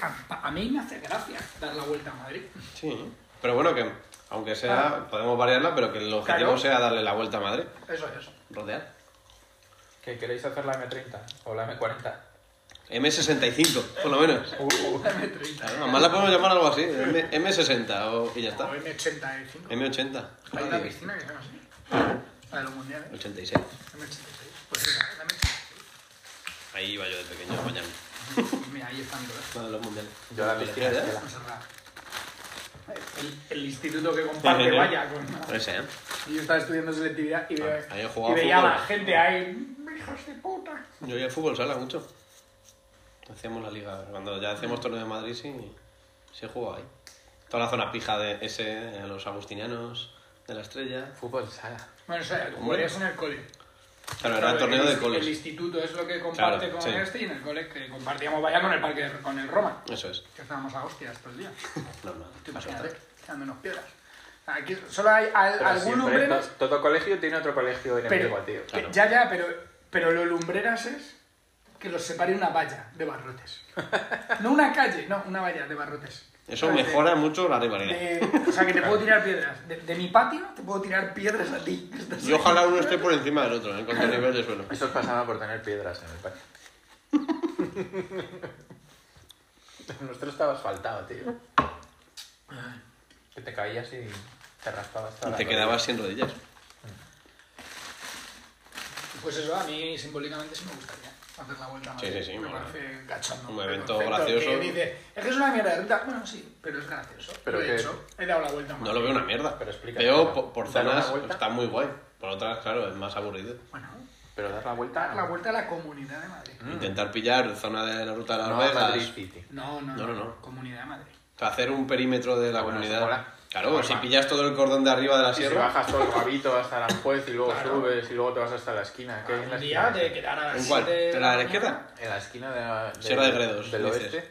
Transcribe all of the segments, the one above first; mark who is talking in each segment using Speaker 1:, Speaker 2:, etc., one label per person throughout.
Speaker 1: a, a mí me hace gracia dar la vuelta a Madrid.
Speaker 2: Sí. Ah. Pero bueno, que aunque sea,
Speaker 1: Claro.
Speaker 2: podemos variarla, pero que el objetivo
Speaker 1: Claro.
Speaker 2: sea darle la vuelta a Madrid.
Speaker 1: Eso es.
Speaker 2: Rodear.
Speaker 3: Que queréis hacer la M30 o la M40.
Speaker 2: M65, por lo menos.
Speaker 1: M30.
Speaker 2: Claro, además la podemos llamar algo así, M- M60 o, y ya
Speaker 1: O
Speaker 2: está.
Speaker 1: M85.
Speaker 2: M80.
Speaker 1: Hay una
Speaker 2: Ay,
Speaker 1: piscina que se llama así. La de los mundiales.
Speaker 2: 86.
Speaker 1: M86. Pues mira, la M86.
Speaker 2: Ahí iba yo de pequeño a bañarme.
Speaker 1: Mira, ahí están todas.
Speaker 2: Nada, los mundiales.
Speaker 3: Yo la piscina
Speaker 2: ¿Eh?
Speaker 3: es que la-
Speaker 1: Monserrat. El, el instituto que comparte vaya con...
Speaker 2: No sé, ¿eh?
Speaker 1: Yo estaba estudiando selectividad y, veía-
Speaker 2: Ah, ahí he jugado
Speaker 1: y veía a la
Speaker 2: fútbol.
Speaker 1: gente ahí, hijos de puta.
Speaker 2: Yo iba al fútbol sala mucho. Hacíamos la liga. Cuando ya hacíamos torneo de Madrid, sí, sí jugaba ahí. Toda la zona pija de ese, de los agustinianos, de la estrella.
Speaker 3: Fútbol sala.
Speaker 1: Bueno, o sea,
Speaker 2: Hombre.
Speaker 1: jugarías en el cole.
Speaker 2: Claro, era
Speaker 1: Claro,
Speaker 2: torneo
Speaker 1: el,
Speaker 2: de
Speaker 1: inst- El
Speaker 2: coles.
Speaker 1: instituto es lo que comparte
Speaker 2: Claro,
Speaker 1: con
Speaker 2: sí.
Speaker 1: este y en el cole que compartíamos vaya con el parque, de- con el Roma.
Speaker 2: Eso es.
Speaker 1: Que estábamos a hostias todo el día.
Speaker 2: No, no.
Speaker 1: Tú
Speaker 2: pasó
Speaker 1: imagínate,
Speaker 2: tarde.
Speaker 1: dándonos piedras. Aquí solo hay al-
Speaker 3: Pero
Speaker 1: algún
Speaker 3: siempre
Speaker 1: lumbrera.
Speaker 3: to- todo colegio tiene otro colegio enemigo,
Speaker 1: Pero,
Speaker 3: tío.
Speaker 1: que- Ya, ya, pero, pero lo lumbreras es que los separe una valla de barrotes. No una calle, no, una valla de barrotes.
Speaker 2: Eso
Speaker 1: ¿Sabes? De-
Speaker 2: mejora mucho la rivalidad.
Speaker 1: de- o sea, que te puedo tirar piedras. De, de mi patio te puedo tirar piedras a ti. que estás
Speaker 2: Y ojalá uno esté por encima del otro, en cuanto a nivel de suelo.
Speaker 3: Eso os pasaba por tener piedras en el patio. El nuestro estaba asfaltado, tío. Que te caías y te raspabas toda
Speaker 2: Y
Speaker 3: la
Speaker 2: te
Speaker 3: rodilla.
Speaker 2: quedabas sin rodillas.
Speaker 1: Pues eso, a mí simbólicamente sí me gustaría hacer la vuelta a Madrid.
Speaker 2: Sí, sí, sí,
Speaker 1: Me
Speaker 2: bueno.
Speaker 1: parece cachondo.
Speaker 2: Un
Speaker 1: me
Speaker 2: evento
Speaker 1: parece perfecto,
Speaker 2: gracioso.
Speaker 1: que dice, es que es una mierda de ruta. Bueno, sí, pero es gracioso.
Speaker 3: Pero
Speaker 1: Lo he
Speaker 3: que-
Speaker 1: hecho, he dado la vuelta a
Speaker 2: No
Speaker 1: Madrid.
Speaker 2: lo veo una mierda.
Speaker 3: Pero explica,
Speaker 2: veo
Speaker 3: claro.
Speaker 2: po- por
Speaker 3: Dar una
Speaker 2: zonas
Speaker 3: vuelta.
Speaker 2: está muy guay. Por otras, claro, es más aburrido.
Speaker 1: Bueno,
Speaker 3: Pero dar la vuelta.
Speaker 1: la vuelta a la comunidad de Madrid.
Speaker 2: Intentar pillar zona de la ruta de las
Speaker 3: Mm. no, a
Speaker 2: Vegas.
Speaker 3: Madrid City.
Speaker 1: No, no,
Speaker 2: No, no, no.
Speaker 1: Comunidad de Madrid.
Speaker 2: O sea, hacer un perímetro de la
Speaker 3: Bueno, eso
Speaker 2: comunidad.
Speaker 3: mola.
Speaker 2: Claro,
Speaker 3: Mola.
Speaker 2: si pillas todo el cordón de arriba de la
Speaker 3: Y si
Speaker 2: sierra.
Speaker 3: bajas todo el rabito hasta Aranjuez y luego
Speaker 1: Claro.
Speaker 3: subes y luego te vas hasta la esquina. ¿Qué hay en la
Speaker 1: Un día
Speaker 3: esquina?
Speaker 1: de quedar a las
Speaker 2: ¿En cuál?
Speaker 1: siete
Speaker 2: ¿En la de la
Speaker 1: mañana.
Speaker 2: izquierda?
Speaker 3: En la esquina de la, de-
Speaker 2: Sierra de Gredos,
Speaker 3: del
Speaker 2: dices.
Speaker 3: oeste.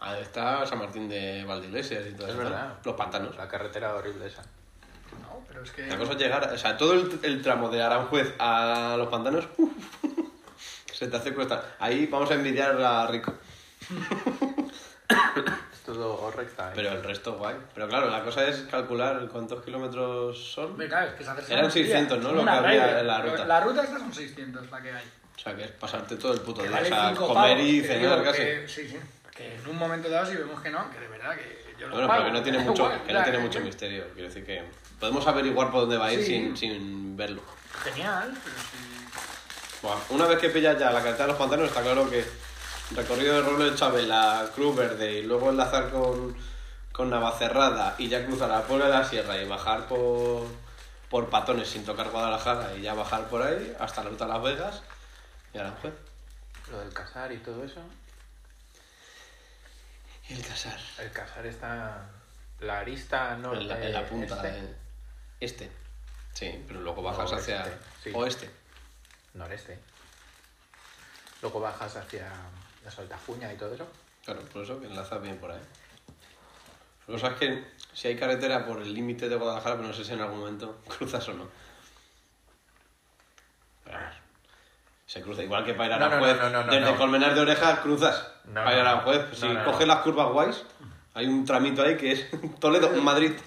Speaker 2: Ahí está San Martín de Valdeiglesias y todo
Speaker 3: Es
Speaker 2: eso.
Speaker 3: verdad.
Speaker 2: Los pantanos.
Speaker 3: La carretera horrible esa.
Speaker 1: No, pero es que...
Speaker 2: La cosa es llegar, o sea, todo el, el tramo de Aranjuez a los pantanos. se te hace cuesta. Ahí vamos a envidiar a Rico.
Speaker 3: Es todo recta. ¿eh?
Speaker 2: Pero el resto, guay. Pero claro, la cosa es calcular cuántos kilómetros son.
Speaker 1: Hombre, claro, es que se hace
Speaker 2: Eran
Speaker 1: un día.
Speaker 2: 600, ¿no?
Speaker 1: Es
Speaker 2: Lo
Speaker 1: una
Speaker 2: que había
Speaker 1: rave.
Speaker 2: en la
Speaker 1: Pero
Speaker 2: ruta. Pues
Speaker 1: La ruta esta son 600, la que hay.
Speaker 2: O sea, que es pasarte todo el puto
Speaker 1: Que
Speaker 2: día.
Speaker 1: vale
Speaker 2: o sea,
Speaker 1: cinco
Speaker 2: comer
Speaker 1: pavos,
Speaker 2: y
Speaker 1: que
Speaker 2: cenar
Speaker 1: digo
Speaker 2: casi.
Speaker 1: que- sí, sí. Que en un momento dado, si vemos que no, que de verdad que yo lo
Speaker 2: Bueno,
Speaker 1: pago.
Speaker 2: pero que no tiene mucho,
Speaker 1: Igual,
Speaker 2: que no
Speaker 1: claro, ¿eh?
Speaker 2: tiene
Speaker 1: que-
Speaker 2: mucho misterio. Quiero decir que podemos averiguar por dónde va a ir
Speaker 1: Sí.
Speaker 2: sin, sin verlo.
Speaker 1: Genial, pero sí.
Speaker 2: Buah, Una vez que pillas ya la carretera de los pantanos, está claro que el recorrido de Robles Chávez, la Cruz Verde y luego enlazar con, con Navacerrada y ya cruzar la Puebla de la Sierra y bajar por, por Patones sin tocar Guadalajara y ya bajar por ahí hasta la ruta de Las Vegas y Aranjuez.
Speaker 3: Lo del casar y todo eso.
Speaker 2: Y el Casar.
Speaker 3: El casar está. La arista norte.
Speaker 2: En la, en la punta
Speaker 3: este.
Speaker 2: eh, este. Sí, pero luego bajas
Speaker 3: Oeste,
Speaker 2: hacia
Speaker 3: sí.
Speaker 2: oeste.
Speaker 3: Noreste. Luego bajas hacia la Saltajuña y todo eso.
Speaker 2: Claro, por eso que enlazas bien por ahí. Lo que pasa es que si hay carretera por el límite de Guadalajara, pero no sé si en algún momento cruzas o no. Pero vamos, se cruza. Igual que para ir a
Speaker 3: No, no,
Speaker 2: Aranjuez,
Speaker 3: no, no, no,
Speaker 2: desde
Speaker 3: no.
Speaker 2: Colmenar de Orejas cruzas
Speaker 3: No,
Speaker 2: para ir a
Speaker 3: no,
Speaker 2: Aranjuez.
Speaker 3: no,
Speaker 2: si
Speaker 3: no, no.
Speaker 2: coges las curvas guays, hay un tramito ahí que es Toledo, Madrid,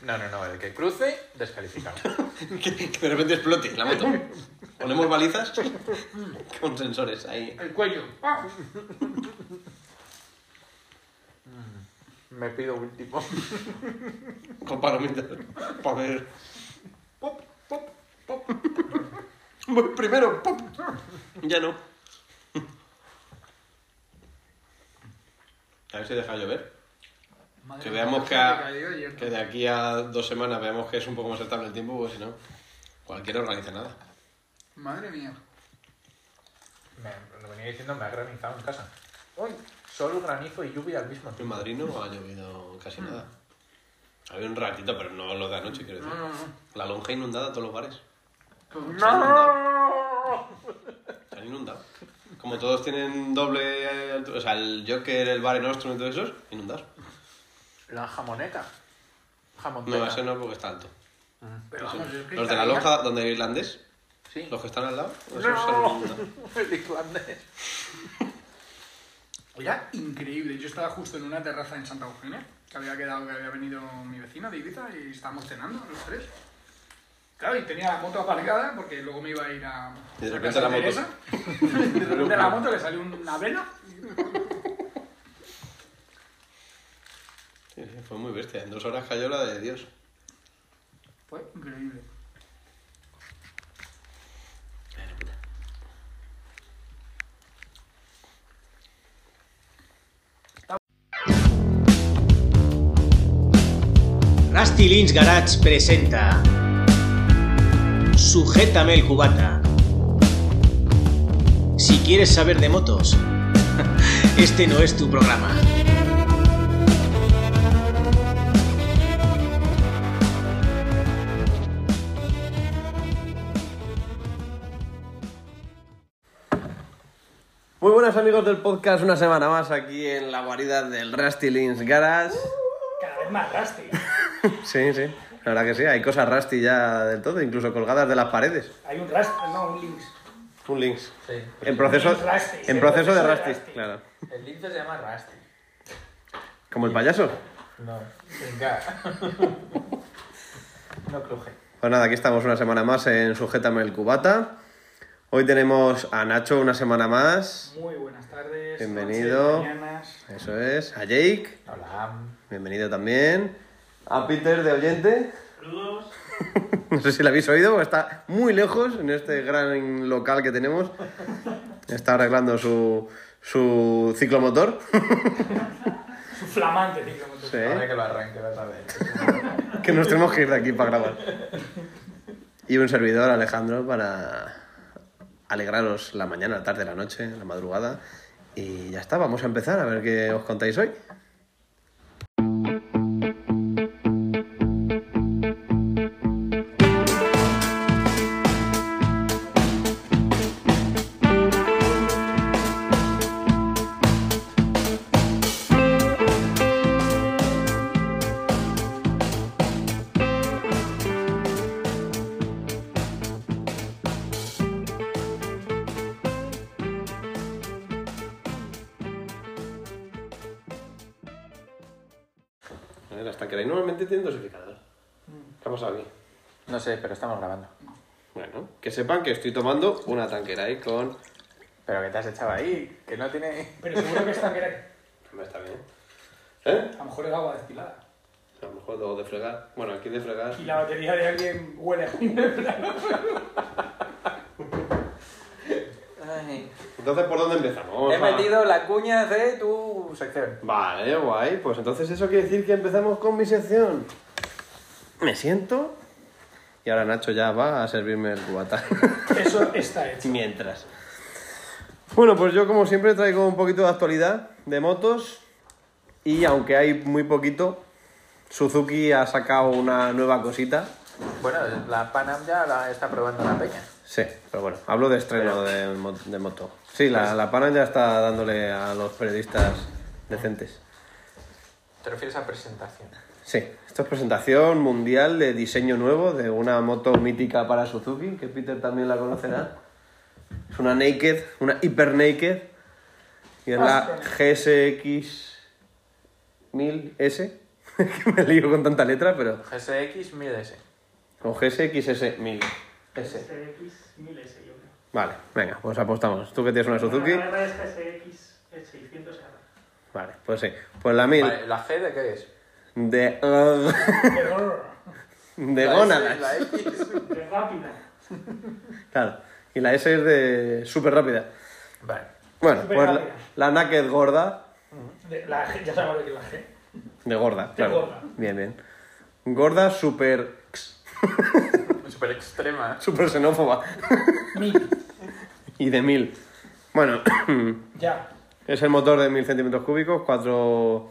Speaker 3: No, no, no. El que cruce, descalificado.
Speaker 2: que que de repente explote la moto. Ponemos balizas con sensores ahí.
Speaker 1: El cuello. ¡Ah!
Speaker 3: Me pido último.
Speaker 2: Con palomitas. Para ver. Pop, pop, pop. Voy primero, pop. Ya no. A ver si deja llover.
Speaker 1: Madre
Speaker 2: Que
Speaker 1: mía,
Speaker 2: veamos
Speaker 1: la
Speaker 2: que,
Speaker 1: gente
Speaker 2: a-
Speaker 1: ha ido ayer.
Speaker 2: que de aquí a dos semanas veamos que es un poco más estable el tiempo, porque si no, cualquiera organiza nada.
Speaker 1: Madre mía.
Speaker 3: Me, lo venía diciendo, me ha granizado en casa. Uy, solo granizo y lluvia al mismo
Speaker 2: En
Speaker 3: tiempo.
Speaker 2: Madrid no ha llovido casi nada. Había un ratito, pero no lo de anoche, quiero
Speaker 1: No,
Speaker 2: decir.
Speaker 1: no, no.
Speaker 2: La lonja inundada, todos los bares.
Speaker 1: Pues-
Speaker 2: Se han inundado. Se han inundado. Como todos tienen doble. eh, altu- O sea, el Joker, el Bar Nostrum y todos esos, inundados.
Speaker 3: La jamoneca. Jamoneca.
Speaker 2: No, ese no porque está alto.
Speaker 1: Pero vamos, es que
Speaker 2: Los de la
Speaker 1: estaría-
Speaker 2: lonja, donde hay irlandés,
Speaker 3: Sí.
Speaker 2: los que están al lado, esos se han
Speaker 3: No.
Speaker 2: inundado.
Speaker 3: El irlandés.
Speaker 1: Era increíble. Yo estaba justo en una terraza en Santa Eugenia, que había quedado, que había venido mi vecino de Ibiza y estábamos cenando los tres. Claro, y tenía la moto aparcada porque luego me iba a ir a.
Speaker 2: Y de
Speaker 1: a
Speaker 2: repente
Speaker 1: casa
Speaker 2: la moto.
Speaker 1: Teresa. de repente la moto le salió una vela.
Speaker 2: Sí, sí, fue muy bestia. En dos horas cayó la de Dios.
Speaker 1: Fue increíble.
Speaker 4: Rusty Lynch Garage presenta Sujétame el cubata. Si quieres saber de motos, este no es tu programa.
Speaker 2: Muy buenas amigos del podcast, una semana más aquí en la guarida del Rusty Lynx Garage.
Speaker 1: Cada vez más rastre.
Speaker 2: Sí, sí, la verdad que sí, hay cosas Rusty ya del todo, incluso colgadas de las paredes.
Speaker 1: Hay un rastre, no, un links.
Speaker 2: Un Lynx.
Speaker 5: Sí.
Speaker 2: En proceso,
Speaker 1: Lynx Rusty, sí,
Speaker 2: en proceso de
Speaker 1: proceso de
Speaker 2: Rusty,
Speaker 1: Rusty.
Speaker 2: claro.
Speaker 5: El lince se llama Rusty.
Speaker 2: Como el payaso.
Speaker 5: No, venga. no cruje.
Speaker 2: Pues nada, aquí estamos una semana más en Sujétame el Cubata. Hoy tenemos a Nacho una semana más.
Speaker 1: Muy buenas tardes.
Speaker 2: Bienvenido.
Speaker 1: noches, mañanas.
Speaker 2: Eso es. A Jake.
Speaker 5: Hola.
Speaker 2: Bienvenido también. A Peter de Oyente.
Speaker 6: Saludos.
Speaker 2: No sé si lo habéis oído, está muy lejos en este gran local que tenemos. Está arreglando su, su ciclomotor.
Speaker 1: Su flamante ciclomotor.
Speaker 2: Sí.
Speaker 5: Ahora que lo arranque, vas a ver.
Speaker 2: Que nos tenemos que ir de aquí para grabar. Y un servidor, Alejandro, para alegraros la mañana, la tarde, la noche, la madrugada. Y ya está, vamos a empezar a ver qué os contáis hoy. Las tanqueras normalmente tienen dosificador. ¿Qué ha pasado aquí?
Speaker 5: No sé, pero estamos grabando.
Speaker 2: Bueno, que sepan que estoy tomando una tanquera ahí con...
Speaker 5: Pero que te has echado ahí, que no tiene.
Speaker 1: Pero seguro que está que era-
Speaker 2: Hombre, Está bien. ¿Eh?
Speaker 1: A lo mejor es agua destilada.
Speaker 2: A lo mejor debo de fregar. Bueno, aquí de fregar...
Speaker 1: Y la batería de alguien huele a ginebra.
Speaker 2: Entonces, ¿por dónde empezamos? Vamos
Speaker 5: He
Speaker 2: a-
Speaker 5: metido la cuña de tu sección.
Speaker 2: Vale, guay. Pues entonces eso quiere decir que empezamos con mi sección. Me siento. Y ahora Nacho ya va a servirme el cubata.
Speaker 1: Eso está hecho.
Speaker 2: Mientras. Bueno, pues yo como siempre traigo un poquito de actualidad de motos. Y aunque hay muy poquito, Suzuki ha sacado una nueva cosita.
Speaker 5: Bueno, la Panam ya la está probando la peña.
Speaker 2: Sí, pero bueno, hablo de estreno de, mo- de moto. Sí, la, la Panam ya está dándole a los periodistas decentes.
Speaker 5: Te refieres a presentación.
Speaker 2: Sí, esto es presentación mundial de diseño nuevo de una moto mítica para Suzuki, que Peter también la conocerá. Es una naked, una hiper naked, y es la GSX 1000S. que me lío con tanta letra, pero.
Speaker 5: GSX 1000S.
Speaker 2: O GSXS 1000. S.
Speaker 6: SX 1000S, yo creo.
Speaker 2: Vale, venga, pues apostamos. Tú que tienes una Suzuki.
Speaker 6: La barra es GSX 600R.
Speaker 2: Vale, pues sí. Pues la 1000
Speaker 5: Vale, ¿La C de qué es?
Speaker 2: de. de
Speaker 5: La S,
Speaker 2: gónadas.
Speaker 3: E.
Speaker 5: La X.
Speaker 6: De rápida.
Speaker 2: Claro. Y la S es de súper rápida.
Speaker 5: Vale.
Speaker 2: Bueno,
Speaker 1: Súper
Speaker 2: pues la,
Speaker 1: rápida.
Speaker 2: la naked gorda.
Speaker 1: De- la G- ya sabes lo que es la G.
Speaker 2: De gorda, claro.
Speaker 1: gorda.
Speaker 2: Bien, bien. Gorda super...
Speaker 5: Super extrema.
Speaker 2: super xenófoba.
Speaker 1: Mi.
Speaker 2: Y de mil. Bueno,
Speaker 1: Ya.
Speaker 2: es el motor de 1000 centímetros cúbicos, cuatro,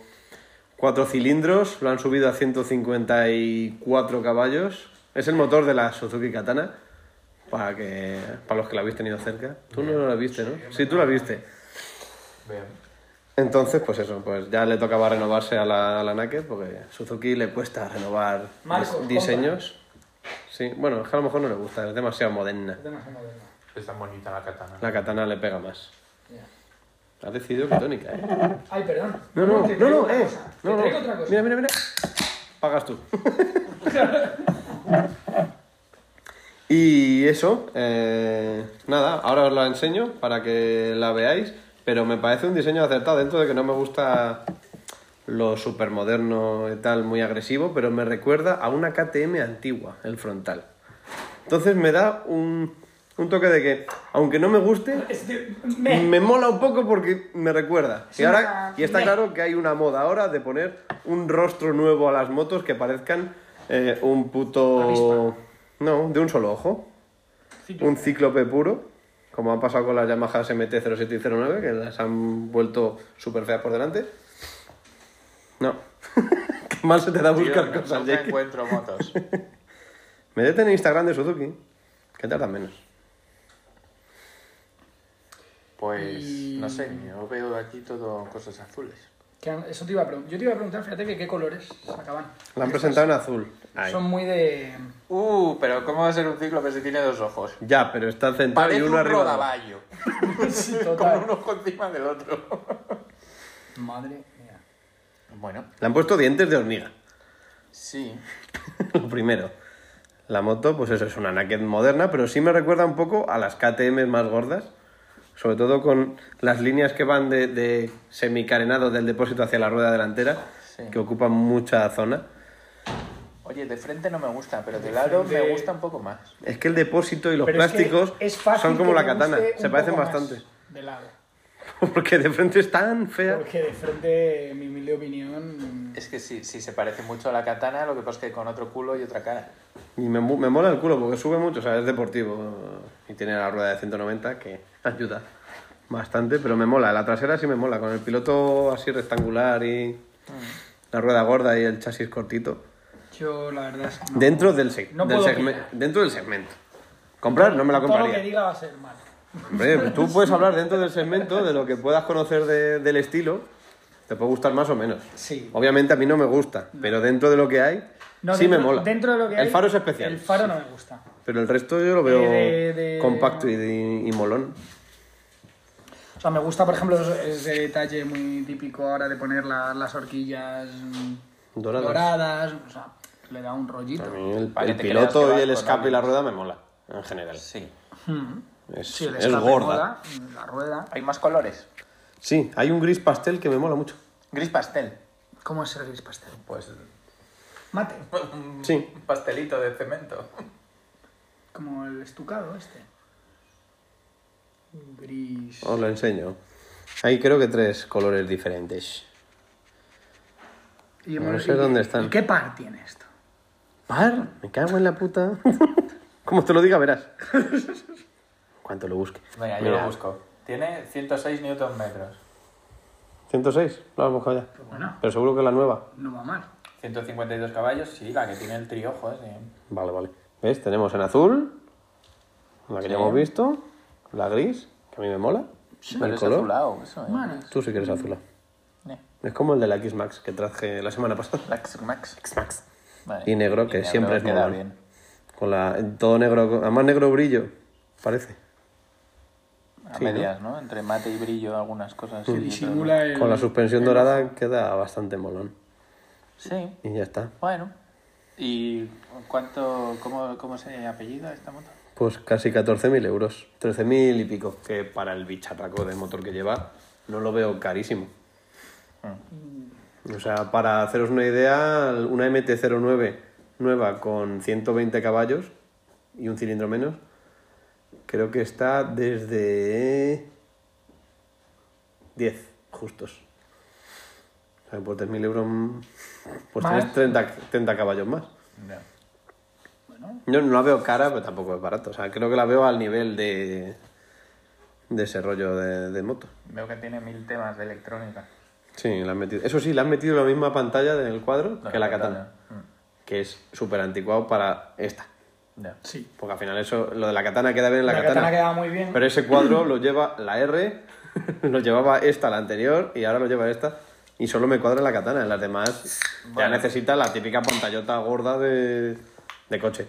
Speaker 2: cuatro cilindros, lo han subido a 154 caballos. Es el motor de la Suzuki Katana, para, que, para los que la habéis tenido cerca. Tú no la viste, ¿no? Sí, tú la viste.
Speaker 5: Bien.
Speaker 2: Entonces, pues eso, pues ya le tocaba renovarse a la, a la Naked, porque Suzuki le cuesta renovar
Speaker 1: Marcos,
Speaker 2: dis-
Speaker 1: compra.
Speaker 2: diseños. Sí, bueno, es que a lo mejor no le gusta, es demasiado moderna.
Speaker 1: Es demasiado moderno.
Speaker 5: Es tan bonita la katana.
Speaker 2: La katana le pega más.
Speaker 1: Ya.
Speaker 2: Ha decidido que tónica, ¿eh?
Speaker 1: Ay, perdón.
Speaker 2: No, no,
Speaker 1: Te
Speaker 2: no,
Speaker 1: traigo
Speaker 2: no,
Speaker 1: otra
Speaker 2: eh.
Speaker 1: cosa. Te
Speaker 2: No, no.
Speaker 1: traigo otra cosa.
Speaker 2: Mira, mira, mira. Pagas tú. y eso, eh, nada, ahora os la enseño para que la veáis, pero me parece un diseño acertado dentro de que no me gusta lo supermoderno y tal, muy agresivo, pero me recuerda a una KTM antigua, el frontal. Entonces me da un, un toque de que, aunque no me guste,
Speaker 1: Este,
Speaker 2: me,
Speaker 1: me.
Speaker 2: mola un poco porque me recuerda.
Speaker 1: Es
Speaker 2: Y, ahora,
Speaker 1: una-
Speaker 2: y está
Speaker 1: me.
Speaker 2: claro que hay una moda ahora de poner un rostro nuevo a las motos que parezcan eh, un puto...
Speaker 1: Avispa.
Speaker 2: No, de un solo ojo.
Speaker 1: Cíclope.
Speaker 2: Un cíclope puro, como ha pasado con las Yamaha MT-07 y 09, que las han vuelto súper feas por delante. No. Qué mal se te da buscar
Speaker 3: Tío,
Speaker 2: cosas,
Speaker 3: nunca
Speaker 2: Jake.
Speaker 3: encuentro motos.
Speaker 2: Métete en Instagram de Suzuki, que tarda menos.
Speaker 3: Pues
Speaker 1: Y-
Speaker 3: no sé, yo veo aquí todo cosas azules.
Speaker 1: Que han- Eso te iba a preguntar. Yo te iba a preguntar, fíjate que qué colores sacaban.
Speaker 2: La han presentado en azul. Ay.
Speaker 1: Son muy de.
Speaker 3: Uh, pero ¿cómo va a ser un cíclope si tiene dos ojos?
Speaker 2: Ya, pero está centrado y
Speaker 3: Parece
Speaker 2: uno
Speaker 3: un
Speaker 2: arriba. de otro.
Speaker 3: rodaballo.
Speaker 1: Sí,
Speaker 3: Con
Speaker 1: total.
Speaker 3: un ojo encima del otro.
Speaker 1: Madre mía.
Speaker 3: Bueno,
Speaker 2: Le han puesto dientes de hormiga,
Speaker 3: sí.
Speaker 2: lo primero. La moto, pues eso, es una naked moderna, pero sí me recuerda un poco a las KTM más gordas, sobre todo con las líneas que van de, de semicarenado del depósito hacia la rueda delantera,
Speaker 3: Sí.
Speaker 2: que ocupan mucha zona.
Speaker 3: Oye, de frente no me gusta, pero de lado
Speaker 1: frente-
Speaker 3: me gusta un poco más.
Speaker 2: Es que el depósito y los
Speaker 1: Pero es que
Speaker 2: plásticos
Speaker 1: es fácil
Speaker 2: son como
Speaker 1: que
Speaker 2: la
Speaker 1: me
Speaker 2: katana,
Speaker 1: guste
Speaker 2: se
Speaker 1: un
Speaker 2: parecen
Speaker 1: poco más
Speaker 2: bastante.
Speaker 1: De lado.
Speaker 2: Porque de frente es tan fea.
Speaker 1: Porque de frente, mi humilde opinión.
Speaker 3: Es que sí, sí se parece mucho a la katana, lo que pasa es que con otro culo y otra cara.
Speaker 2: Y me, mu- me mola el culo porque sube mucho, o sea, es deportivo. Y tiene la rueda de 190 que ayuda bastante, pero me mola. La trasera sí me mola, con el piloto así rectangular y
Speaker 1: Mm.
Speaker 2: la rueda gorda y el chasis cortito.
Speaker 1: Yo, la verdad es que. no.
Speaker 2: Dentro del, seg-
Speaker 1: No
Speaker 2: del
Speaker 1: puedo
Speaker 2: segme-
Speaker 1: opinar.
Speaker 2: dentro del segmento. Comprar no me la
Speaker 1: Todo lo que
Speaker 2: compraría.
Speaker 1: diga va a ser malo.
Speaker 2: Hombre, tú puedes hablar dentro del segmento de lo que puedas conocer de- del estilo. Te puede gustar más o menos.
Speaker 1: Sí.
Speaker 2: Obviamente a mí no me gusta, pero dentro de lo que hay,
Speaker 1: No,
Speaker 2: sí
Speaker 1: dentro-
Speaker 2: me mola.
Speaker 1: Dentro de lo que
Speaker 2: el
Speaker 1: hay,
Speaker 2: faro es especial.
Speaker 1: El faro no me gusta.
Speaker 2: Pero el resto yo lo veo
Speaker 1: Eh, de- de-
Speaker 2: compacto y, y molón.
Speaker 1: O sea, me gusta, por ejemplo, ese detalle muy típico ahora de poner la- las horquillas mm,
Speaker 2: Doradas.
Speaker 1: doradas, O sea, le da un rollito.
Speaker 2: A mí el,
Speaker 3: Para que
Speaker 2: el
Speaker 3: te creas que
Speaker 2: piloto
Speaker 3: vas
Speaker 2: y el
Speaker 3: con
Speaker 2: escape y la
Speaker 3: aliens.
Speaker 2: rueda me mola, en general.
Speaker 3: Sí.
Speaker 1: Mm.
Speaker 2: Es,
Speaker 1: Sí, el
Speaker 2: es
Speaker 1: escape
Speaker 2: gorda.
Speaker 1: mola, la rueda.
Speaker 3: ¿Hay más colores?
Speaker 2: Sí, hay un gris pastel que me mola mucho.
Speaker 3: Gris pastel.
Speaker 1: ¿Cómo es el gris pastel?
Speaker 3: Pues
Speaker 1: Mate,
Speaker 2: Sí.
Speaker 3: un pastelito de cemento.
Speaker 1: como el estucado este. Un Gris.
Speaker 2: Os lo enseño. Hay creo que tres colores diferentes.
Speaker 1: Y
Speaker 2: no sé dónde están.
Speaker 1: ¿Y qué par tiene esto?
Speaker 2: ¿Par? Me cago en la puta. Como te lo diga, verás. ¿Cuánto lo busque?
Speaker 3: Venga, yo
Speaker 2: Mira,
Speaker 3: lo busco. Tiene 106 newton metros.
Speaker 2: 106, lo has buscado ya.
Speaker 1: Pues bueno,
Speaker 2: Pero seguro que la nueva.
Speaker 1: no va mal.
Speaker 3: 152 caballos, sí, la que tiene el triojo ese.
Speaker 2: Vale, vale. ¿Ves? Tenemos en azul, la que
Speaker 3: Sí.
Speaker 2: ya hemos visto, la gris, que a mí me mola.
Speaker 3: Pero es azulado, eso, eh.
Speaker 1: Bueno,
Speaker 2: Tú sí que eres azul.
Speaker 3: Eh,
Speaker 2: Es como el de la X-Max que traje la semana pasada.
Speaker 3: Lax Max.
Speaker 2: Max.
Speaker 3: Vale.
Speaker 2: Y negro, que siempre es
Speaker 3: queda
Speaker 2: molón.
Speaker 3: bien.
Speaker 2: Con la, todo negro, con- además negro brillo, parece.
Speaker 3: A
Speaker 2: Sí, ¿no? Mm.
Speaker 3: medias, ¿no? Entre mate y brillo, algunas cosas. sí,
Speaker 1: disimula el.
Speaker 3: Eh,
Speaker 2: Con la suspensión
Speaker 1: el-
Speaker 2: dorada queda bastante molón.
Speaker 3: Sí,
Speaker 2: Y ya está.
Speaker 3: bueno. ¿Y cuánto, cómo, cómo se apellida esta moto?
Speaker 2: Pues casi 14.000 euros. 13.000 y pico. Que para el bicharraco de motor que lleva, no lo veo carísimo. O sea, para haceros una idea, una MT-09 nueva con 120 caballos y un cilindro menos, creo que está desde 10 justos. O sea, por 3.000 euros, mm, pues
Speaker 1: ¿Más?
Speaker 2: tienes 30, 30 caballos más.
Speaker 3: No.
Speaker 2: Yo no la veo cara, pero tampoco es barato. O sea, creo que la veo al nivel de, de ese rollo de, de moto.
Speaker 3: Veo que tiene mil temas de electrónica.
Speaker 2: Sí, la han metido. Eso sí, le han metido la misma pantalla del cuadro que la katana,
Speaker 3: katana.
Speaker 2: que es súper anticuado para esta.
Speaker 3: Mm, ya.
Speaker 1: Sí.
Speaker 2: Porque al final eso, lo de la katana queda bien en la,
Speaker 1: La, katana, quedaba muy bien.
Speaker 2: Pero ese cuadro lo lleva la R, lo llevaba esta la anterior y ahora lo lleva esta. Y solo me cuadra la katana, en las demás ya
Speaker 3: Vale.
Speaker 2: necesita la típica pantallota gorda de, de coche.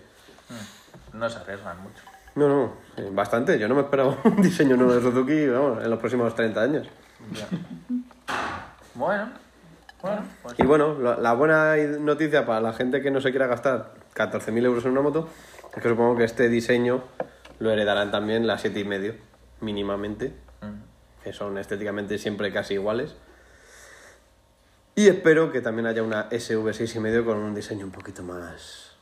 Speaker 3: No se arriesgan mucho.
Speaker 2: No, no, eh, bastante. Yo no me esperaba un diseño nuevo de Suzuki vamos, en los próximos 30 años.
Speaker 3: Bueno, bueno, pues
Speaker 2: Y bueno, la, la buena noticia para la gente que no se quiera gastar 14.000 euros en una moto es que supongo que este diseño lo heredarán también las 7,5 mínimamente,
Speaker 3: Mm.
Speaker 2: que son estéticamente siempre casi iguales. Y espero que también haya una SV6,5 con un diseño un poquito más...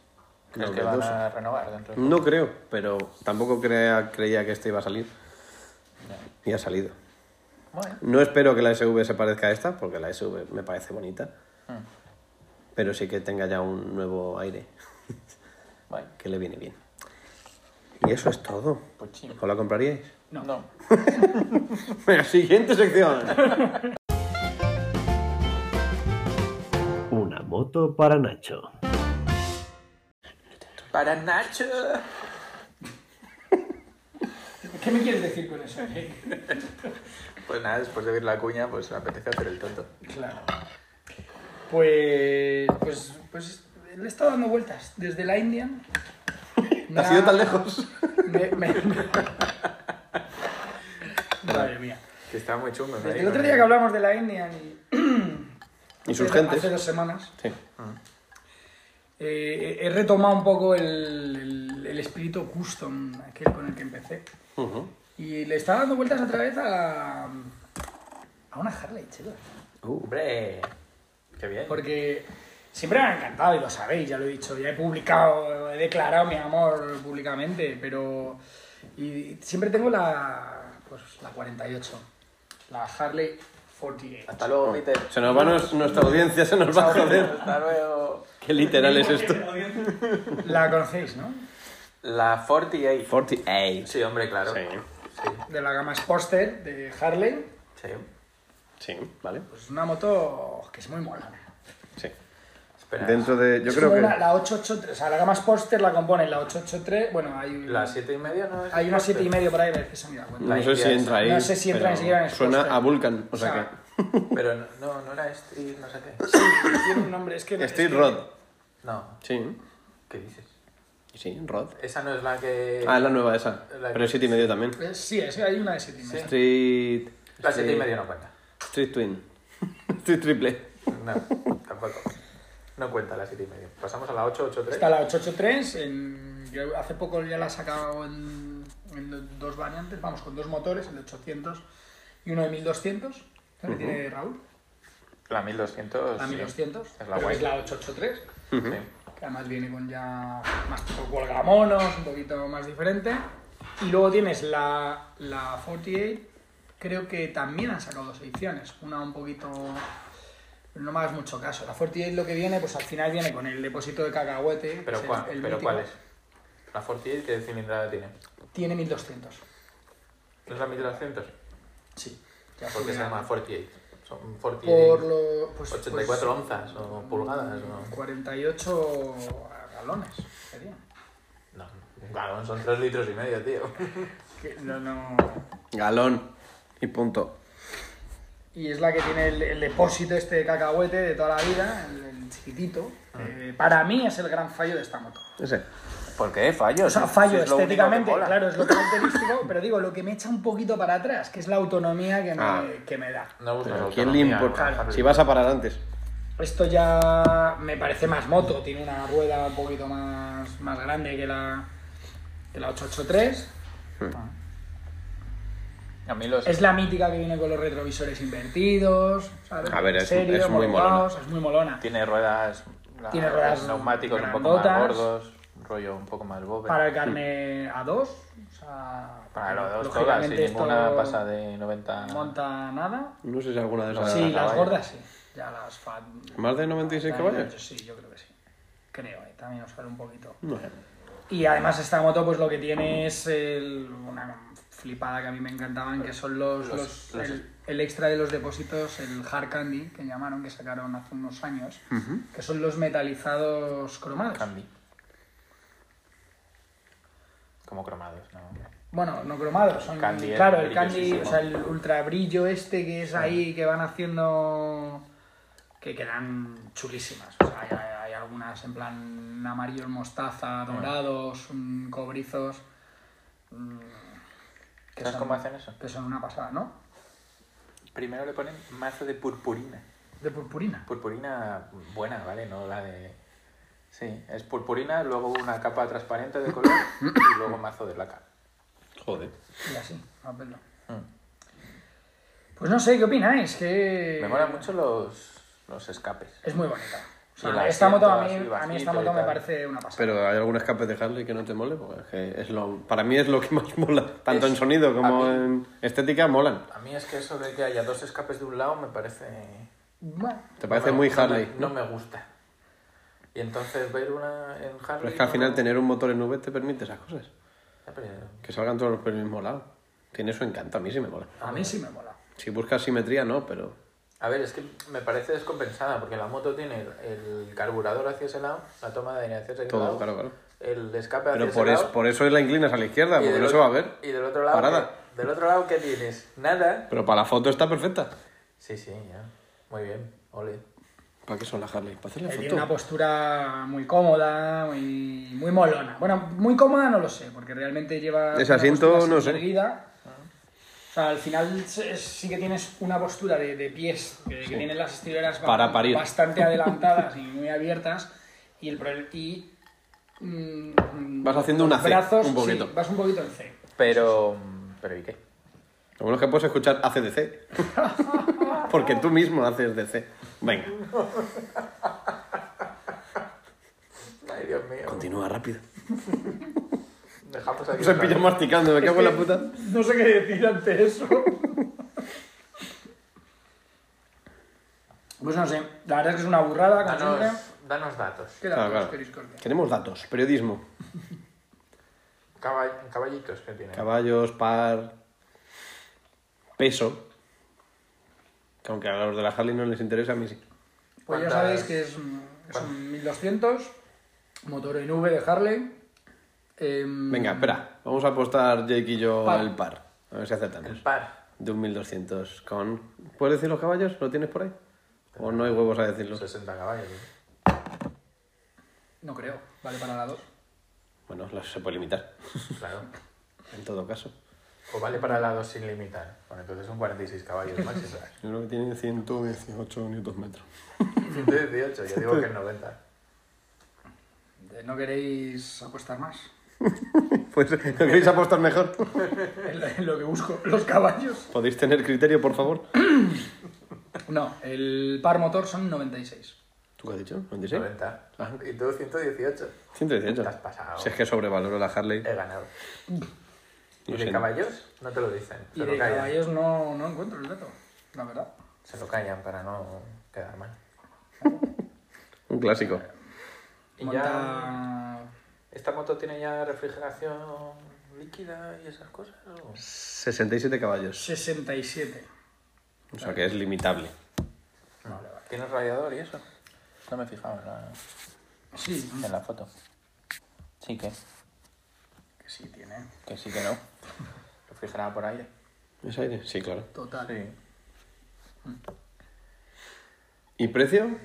Speaker 3: ¿crees que van
Speaker 2: novedoso.
Speaker 3: a renovar dentro de
Speaker 2: No creo, pero tampoco crea- creía que este iba a salir. Y ha salido.
Speaker 3: Bueno,
Speaker 2: No espero que la SV se parezca a esta, porque la SV me parece bonita. Pero sí que tenga ya un nuevo aire
Speaker 3: bueno,
Speaker 2: que le viene bien. Y eso es todo.
Speaker 3: pues sí.
Speaker 2: ¿Os la compraríais?
Speaker 3: No. no.
Speaker 2: Venga, siguiente sección.
Speaker 7: Una moto para Nacho.
Speaker 3: Para Nacho.
Speaker 1: ¿Qué me quieres decir con eso? Eh,
Speaker 3: Pues nada, después de ver la cuña, pues me apetece hacer el tonto.
Speaker 1: Claro. Pues, pues, pues le he estado dando vueltas desde la India.
Speaker 2: ¿Ha sido tan lejos?
Speaker 1: Me- me- Madre mía.
Speaker 3: Que está muy chungo. eh,
Speaker 1: Desde el otro día que hablamos de la India y...
Speaker 2: Y sus
Speaker 1: hace- Hace
Speaker 2: gentes.
Speaker 1: dos semanas. Ah.
Speaker 2: Sí.
Speaker 1: eh, he retomado un poco el, el- el espíritu custom, aquel con el que empecé.
Speaker 2: Ujú.
Speaker 1: Y le um, estaba dando vueltas otra vez a, a una Harley, chicos.
Speaker 3: uh, Hombre, qué bien.
Speaker 1: Porque siempre me ha encantado, y lo sabéis, ya lo he dicho, ya he publicado, he declarado mi amor públicamente, pero. Y siempre tengo la. Pues la 48. La Harley 48.
Speaker 3: Hasta luego, Peter.
Speaker 2: Se nos va nos- nuestra audiencia, se nos va a joder.
Speaker 3: Hasta luego.
Speaker 2: Qué literal es esto.
Speaker 1: La conocéis, ¿no?
Speaker 3: La 48.
Speaker 2: 48.
Speaker 3: Sí, hombre, claro.
Speaker 2: Sí,
Speaker 1: De la gama Sportster de Harley.
Speaker 3: Sí.
Speaker 2: sí, vale.
Speaker 1: Pues es una moto que es muy mola.
Speaker 2: Sí.
Speaker 3: Espera.
Speaker 2: Dentro de. Yo
Speaker 1: Es
Speaker 2: creo
Speaker 1: como
Speaker 2: que.
Speaker 1: La, la 883, o sea, la gama Sportster la componen la 883. Bueno, hay, un-
Speaker 3: La 7 y media no es.
Speaker 1: hay una
Speaker 3: corte?
Speaker 1: 7 y medio por ahí, pero es que se me da cuenta.
Speaker 2: No sé si entra ahí.
Speaker 1: No sé si entra
Speaker 2: pero
Speaker 1: ni siquiera en el
Speaker 2: Suena
Speaker 1: póster.
Speaker 2: a Vulcan, o
Speaker 1: O
Speaker 2: sea
Speaker 1: sea,
Speaker 2: que.
Speaker 3: Pero no- no, no era este y no sé qué.
Speaker 1: Tiene un nombre, es que. es
Speaker 2: Steve
Speaker 1: que-
Speaker 2: Rod.
Speaker 3: No,
Speaker 2: Sí.
Speaker 3: ¿qué dices?
Speaker 2: Sí, Rod.
Speaker 3: Esa no es la que.
Speaker 2: Ah, es la nueva esa.
Speaker 3: la-
Speaker 2: Pero es 7 y medio también.
Speaker 1: Eh, Sí, es, hay una de 7 y medio.
Speaker 2: Street.
Speaker 3: La 7 y
Speaker 2: Street-
Speaker 3: media no cuenta.
Speaker 2: Street Twin. Street Triple.
Speaker 3: No, tampoco. No cuenta la 7 y media. Pasamos a la 883.
Speaker 1: Está la 883, en- yo hace poco ya la he sacado en, en do- dos variantes, vamos, con dos motores, el de 800 y uno de 1200, que tiene Raúl,
Speaker 3: La 1200.
Speaker 1: la
Speaker 3: Pues sí.
Speaker 1: 1200,
Speaker 3: Es la
Speaker 1: pero
Speaker 3: guay.
Speaker 1: es la 883,
Speaker 3: Sí.
Speaker 1: que además viene con ya más tipo cuelgamonos, un poquito más diferente. Y luego tienes la, la 48, creo que también han sacado dos ediciones, una un poquito... pero No me hagas mucho caso. La 48 lo que viene, pues al final viene con el depósito de cacahuete. que
Speaker 3: ¿Pero,
Speaker 1: es el-
Speaker 3: cuál,
Speaker 1: el
Speaker 3: pero
Speaker 1: mítico.
Speaker 3: cuál es? La 48, ¿qué cilindrada tiene?
Speaker 1: Tiene 1200.
Speaker 3: ¿No es la 1200?
Speaker 1: Sí. Ya
Speaker 3: ¿Por qué se
Speaker 1: subirá.
Speaker 3: llama 48? Son 48.
Speaker 1: Por lo. Pues,
Speaker 3: 84
Speaker 1: pues,
Speaker 3: onzas o pulgadas. O...
Speaker 1: 48 galones. Sería.
Speaker 3: No, un galón son 3 litros y medio, tío.
Speaker 1: Que no, no.
Speaker 2: Galón. Y punto.
Speaker 1: Y es la que tiene el, el depósito este de cacahuete de toda la vida, el, el chiquitito.
Speaker 2: Ah.
Speaker 1: Eh, para mí es el gran fallo de esta moto.
Speaker 2: Ese.
Speaker 3: ¿Por qué? Fallo.
Speaker 1: O sea, fallo estéticamente, claro, es lo característico, pero digo, lo que me echa un poquito para atrás, que es la autonomía que me,
Speaker 2: Ah.
Speaker 1: que me da.
Speaker 3: No buscas
Speaker 2: Pero
Speaker 3: autonomía,
Speaker 2: ¿quién le importa?
Speaker 3: claro.
Speaker 2: Si vas a parar antes.
Speaker 1: Esto ya me parece más moto, tiene una rueda un poquito más, más grande que la, que la 883.
Speaker 3: A mí los...
Speaker 1: Es la mítica que viene con los retrovisores invertidos, ¿sabes?
Speaker 2: A ver, es-
Speaker 1: Serio,
Speaker 2: es muy molona.
Speaker 1: montados, Es muy molona.
Speaker 3: Tiene ruedas... la-
Speaker 1: Tiene ruedas
Speaker 3: Neumáticos un poco más
Speaker 1: grandotas.
Speaker 3: gordos, rollo un poco más bobe.
Speaker 1: Para el carne A2, o sea...
Speaker 3: Para los dos todas,
Speaker 1: lógicamente
Speaker 3: sin
Speaker 1: esto
Speaker 3: ninguna pasa de 90...
Speaker 1: monta nada.
Speaker 2: No sé si alguna de esas.
Speaker 1: sí, las
Speaker 3: caballo.
Speaker 1: gordas sí. Ya las fat...
Speaker 2: ¿Más de 96 caballos?
Speaker 1: Sí, yo creo que sí. Creo, eh, también os sale un poquito.
Speaker 2: No sé.
Speaker 1: Y además esta moto pues lo que tiene es el- una flipada que a mí me encantaban, que son los, los- el, el extra de los depósitos, el hard candy, que llamaron, que sacaron hace unos años, que son los metalizados cromados.
Speaker 3: Candy. Como cromados, ¿no?
Speaker 1: Bueno, no cromados, son
Speaker 3: Candy, el
Speaker 1: claro, el candy,
Speaker 3: brillosísimo.
Speaker 1: o sea, el ultra brillo este que es ahí que van haciendo que quedan chulísimas. O sea, hay, hay algunas en plan amarillos mostaza, dorados, mm, cobrizos. mm, que
Speaker 3: ¿Sabes
Speaker 1: son-
Speaker 3: cómo hacen eso?
Speaker 1: Que son una pasada, ¿no?
Speaker 3: Primero le ponen mazo de purpurina.
Speaker 1: De purpurina.
Speaker 3: Purpurina buena, ¿vale? No la de... Sí, es purpurina, luego una capa transparente de color y luego mazo de laca.
Speaker 2: Joder.
Speaker 1: Y así, a verlo.
Speaker 3: Mm.
Speaker 1: Pues no sé, ¿qué opináis?
Speaker 2: Eh,
Speaker 1: Que...
Speaker 3: Me molan mucho los, los escapes.
Speaker 1: Es muy bonita. O sea,
Speaker 3: Y la
Speaker 1: esta moto a mí,
Speaker 3: siento así
Speaker 1: a mí esta
Speaker 3: bajito y
Speaker 1: moto me
Speaker 3: tal.
Speaker 1: parece una pasada.
Speaker 2: Pero hay algún escape de Harley que no te mole, porque es que es lo, para mí es lo que más mola. Tanto
Speaker 3: Es-
Speaker 2: en sonido como
Speaker 3: a mí-
Speaker 2: en estética molan.
Speaker 3: A mí es que eso de que haya dos escapes de un lado me parece...
Speaker 1: Bueno,
Speaker 2: Te parece
Speaker 3: no me-
Speaker 2: muy
Speaker 3: no me-
Speaker 2: Harley.
Speaker 3: No me gusta. Y entonces ver una en Harley...
Speaker 2: Pero es que al
Speaker 3: no-
Speaker 2: final tener un motor en V te permite esas cosas.
Speaker 3: Ya, pero-
Speaker 2: Que salgan todos por el mismo lado. Tiene su encanto, a mí sí me mola.
Speaker 1: a mí sí me mola.
Speaker 2: Si buscas simetría, no, pero.
Speaker 3: A ver, es que me parece descompensada, porque la moto tiene el, el carburador hacia ese lado, la toma de aire hacia ese
Speaker 2: Todo,
Speaker 3: lado,
Speaker 2: claro, claro.
Speaker 3: el escape hacia
Speaker 2: Pero
Speaker 3: ese
Speaker 2: por, es-
Speaker 3: lado,
Speaker 2: por eso la inclinas a la izquierda,
Speaker 3: y
Speaker 2: porque
Speaker 3: del
Speaker 2: no se
Speaker 3: otro-
Speaker 2: va a ver.
Speaker 3: Y del otro lado,
Speaker 2: Parada.
Speaker 3: ¿qué- del otro lado, ¿qué tienes? Nada.
Speaker 2: Pero para la foto está perfecta.
Speaker 3: Sí, sí, ya. Muy bien, ole.
Speaker 2: ¿Para qué son las Harley? ¿Para hacer la
Speaker 1: Él tiene una
Speaker 2: foto?
Speaker 1: postura muy cómoda, muy, muy molona. Bueno, muy cómoda no lo sé, porque realmente lleva.
Speaker 2: Ese
Speaker 1: una
Speaker 2: asiento,
Speaker 1: postura
Speaker 2: no
Speaker 1: así
Speaker 2: sé.
Speaker 1: erguida. O sea, al final se- es- sí que tienes una postura de, de pies que, que tienen las estileras ba-
Speaker 2: Para parir.
Speaker 1: bastante adelantadas y muy abiertas. Y el pro- y, mm, mm,
Speaker 2: Vas haciendo una C,
Speaker 1: brazos,
Speaker 2: un poquito.
Speaker 1: sí, vas un poquito en C.
Speaker 3: Pero, pero ¿y qué?
Speaker 2: Lo bueno es que puedes escuchar ACDC. porque tú mismo haces DC. Venga,
Speaker 3: Ay, Dios mío.
Speaker 2: continúa rápido.
Speaker 3: Dejamos aquí.
Speaker 2: Se
Speaker 3: otra
Speaker 2: pilla
Speaker 3: vez.
Speaker 2: masticando, me cago en la puta.
Speaker 1: No sé qué decir ante eso. Pues no sé, la verdad es que es una burrada, como siempre.
Speaker 3: Danos, danos datos.
Speaker 1: ¿Qué
Speaker 2: Claro,
Speaker 1: datos
Speaker 2: Ah, claro.
Speaker 1: queréis que os dé?
Speaker 2: Queremos datos, periodismo.
Speaker 3: Caball- caballitos que tiene.
Speaker 2: Caballos, par, peso. Que aunque a los de la Harley no les interesa, a mí sí.
Speaker 1: Pues ya
Speaker 3: ¿Cuántas-
Speaker 1: sabéis que es, un- es un 1200, motor en V de Harley. em,
Speaker 2: Venga, espera. Vamos a apostar Jake y yo
Speaker 1: Par.
Speaker 2: al Mm. par. A ver si acertamos.
Speaker 3: El par.
Speaker 2: De un 1200 con... ¿Puedes decir los caballos? ¿Lo tienes por ahí? ¿O no hay huevos a decirlo?
Speaker 3: 60 caballos. ¿no?
Speaker 1: No creo, vale para la 2.
Speaker 2: Bueno, las se puede limitar,
Speaker 3: Claro.
Speaker 2: en todo caso.
Speaker 3: O vale para la 2 sin limitar. Bueno, entonces son 46 caballos máximo.
Speaker 2: Yo creo que tiene 118 Nm.
Speaker 3: 118, yo digo que es 90.
Speaker 1: Eh, ¿No queréis apostar más?
Speaker 2: Pues, ¿no queréis apostar mejor?
Speaker 1: Es lo- es lo que busco, los caballos.
Speaker 2: ¿Podéis tener criterio, por favor?
Speaker 1: No, el par motor son 96.
Speaker 2: ¿Tú qué has dicho? ¿96?
Speaker 3: 90.
Speaker 2: Ah.
Speaker 3: Y tú 118.
Speaker 2: 118.
Speaker 3: Te has pasado.
Speaker 2: Si es que sobrevaloro la Harley.
Speaker 3: He ganado. ¿Y
Speaker 2: Lo
Speaker 3: de
Speaker 2: siento.
Speaker 3: caballos? No te lo dicen.
Speaker 1: Y
Speaker 3: Se lo
Speaker 1: de
Speaker 3: callan.
Speaker 1: caballos no, no encuentro el dato, la verdad.
Speaker 3: Se lo callan para no quedar mal.
Speaker 2: Un clásico.
Speaker 3: Y ya.
Speaker 1: Monta...
Speaker 3: ¿Esta moto tiene ya refrigeración líquida y esas cosas? o?
Speaker 2: 67 caballos.
Speaker 1: 67.
Speaker 2: O sea que es limitable.
Speaker 3: ¿Tiene radiador y eso? No me he fijado en la,
Speaker 1: Sí,
Speaker 3: en la foto. Sí que,
Speaker 1: que sí tiene.
Speaker 3: que sí que no. Refrigerada por aire.
Speaker 2: ¿Es aire? Sí, claro.
Speaker 1: Total.
Speaker 3: Sí.
Speaker 2: ¿Y precio?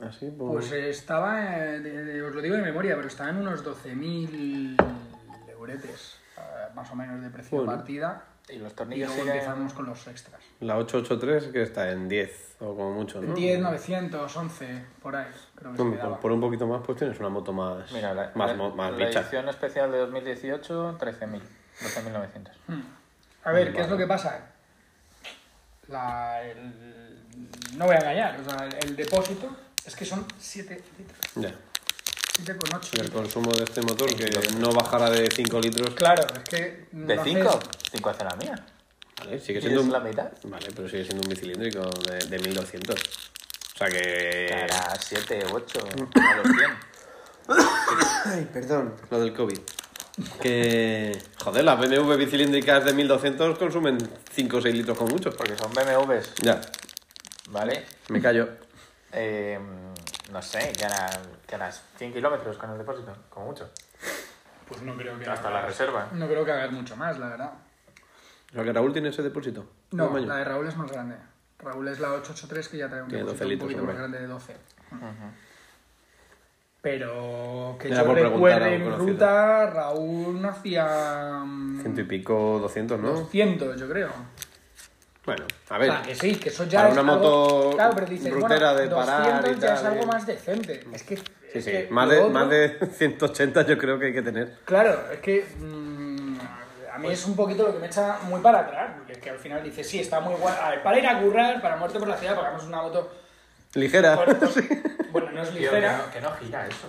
Speaker 2: Así, por...
Speaker 1: Pues estaba, eh, de- de- os lo digo de memoria, pero estaba en unos 12.000 euretes, eh, más o menos de precio
Speaker 2: Bueno.
Speaker 1: de partida.
Speaker 3: Y los
Speaker 1: Y
Speaker 3: tornillos
Speaker 1: luego
Speaker 2: eh.
Speaker 3: siguen-
Speaker 1: empezamos con los extras.
Speaker 2: La 883 que está en 10 o como mucho, ¿no?
Speaker 1: 10, 900, 11, por ahí, creo que se
Speaker 2: Hombre, por,
Speaker 1: quedaba.
Speaker 2: por un poquito más, pues tienes una moto más,
Speaker 3: Mira, la,
Speaker 2: más,
Speaker 3: la-
Speaker 2: mo- más
Speaker 3: la
Speaker 2: bicha.
Speaker 3: edición especial de 2018, 13.000, 12.900.
Speaker 1: A ver, ¿qué es lo que pasa? La- el- no voy a engañar, o sea, el, el depósito es que son 7 litros,
Speaker 2: Ya.
Speaker 1: 7,8
Speaker 2: Y el
Speaker 1: litros.
Speaker 2: consumo de este motor que no bajará de 5 litros.
Speaker 1: Claro, es que...
Speaker 3: ¿De
Speaker 1: no hace-
Speaker 3: 5? 5 hace la mía.
Speaker 2: Vale,
Speaker 3: ¿Y
Speaker 2: sigue
Speaker 3: es
Speaker 2: siendo un...
Speaker 3: la mitad?
Speaker 2: Vale, pero sigue siendo un bicilíndrico de, de 1200. O sea que...
Speaker 3: Era 7, 8, a los 100.
Speaker 2: Ay, perdón. Lo del COVID. Que... Joder, las BMW bicilíndricas de 1200 consumen 5 o 6 litros con mucho.
Speaker 3: Porque son BMWs,
Speaker 2: Ya,
Speaker 3: ¿vale?
Speaker 2: me callo.
Speaker 3: Eh, no sé, que harán, que harán 100 kilómetros con el depósito, como mucho.
Speaker 1: Pues no creo que...
Speaker 3: Hasta la reserva.
Speaker 1: No creo que hagas mucho más, la verdad.
Speaker 2: O sea que Raúl tiene ese depósito.
Speaker 1: No,
Speaker 2: Tamaño.
Speaker 1: la de Raúl es más grande. Raúl es la 883 que ya trae un
Speaker 2: Tiene
Speaker 1: depósito
Speaker 2: 12
Speaker 1: un
Speaker 2: litros,
Speaker 1: poquito más
Speaker 2: hombre.
Speaker 1: grande de 12. Pero que
Speaker 2: Era
Speaker 1: yo
Speaker 2: por preguntar a un
Speaker 1: recuerde en
Speaker 2: conocido.
Speaker 1: ruta, Raúl hacía... mm,
Speaker 2: Ciento y pico, 200, ¿no?
Speaker 1: 200, yo creo.
Speaker 2: Bueno, a
Speaker 8: O
Speaker 2: ver.
Speaker 8: sea, que sí, que eso ya
Speaker 2: para
Speaker 8: es
Speaker 2: una
Speaker 8: algo-
Speaker 2: moto
Speaker 8: claro, pero dices,
Speaker 2: brutera
Speaker 8: bueno,
Speaker 2: de parar
Speaker 8: 200
Speaker 2: y
Speaker 8: ya
Speaker 2: tal,
Speaker 8: es algo
Speaker 2: de-
Speaker 8: más decente. Es que, es que
Speaker 2: Más,
Speaker 8: lo
Speaker 2: de,
Speaker 8: otro-
Speaker 2: más de 180 yo creo que hay que tener.
Speaker 8: Claro, es que mm, a mí es un poquito lo que me echa muy para atrás, porque es que al final dices, sí, está muy guay. A ver, para ir a currar, para muerte por la ciudad, pagamos una moto.
Speaker 2: Ligera.
Speaker 8: Bueno, bueno, no es
Speaker 3: Tío, que
Speaker 8: ligera.
Speaker 3: no, que no gira eso.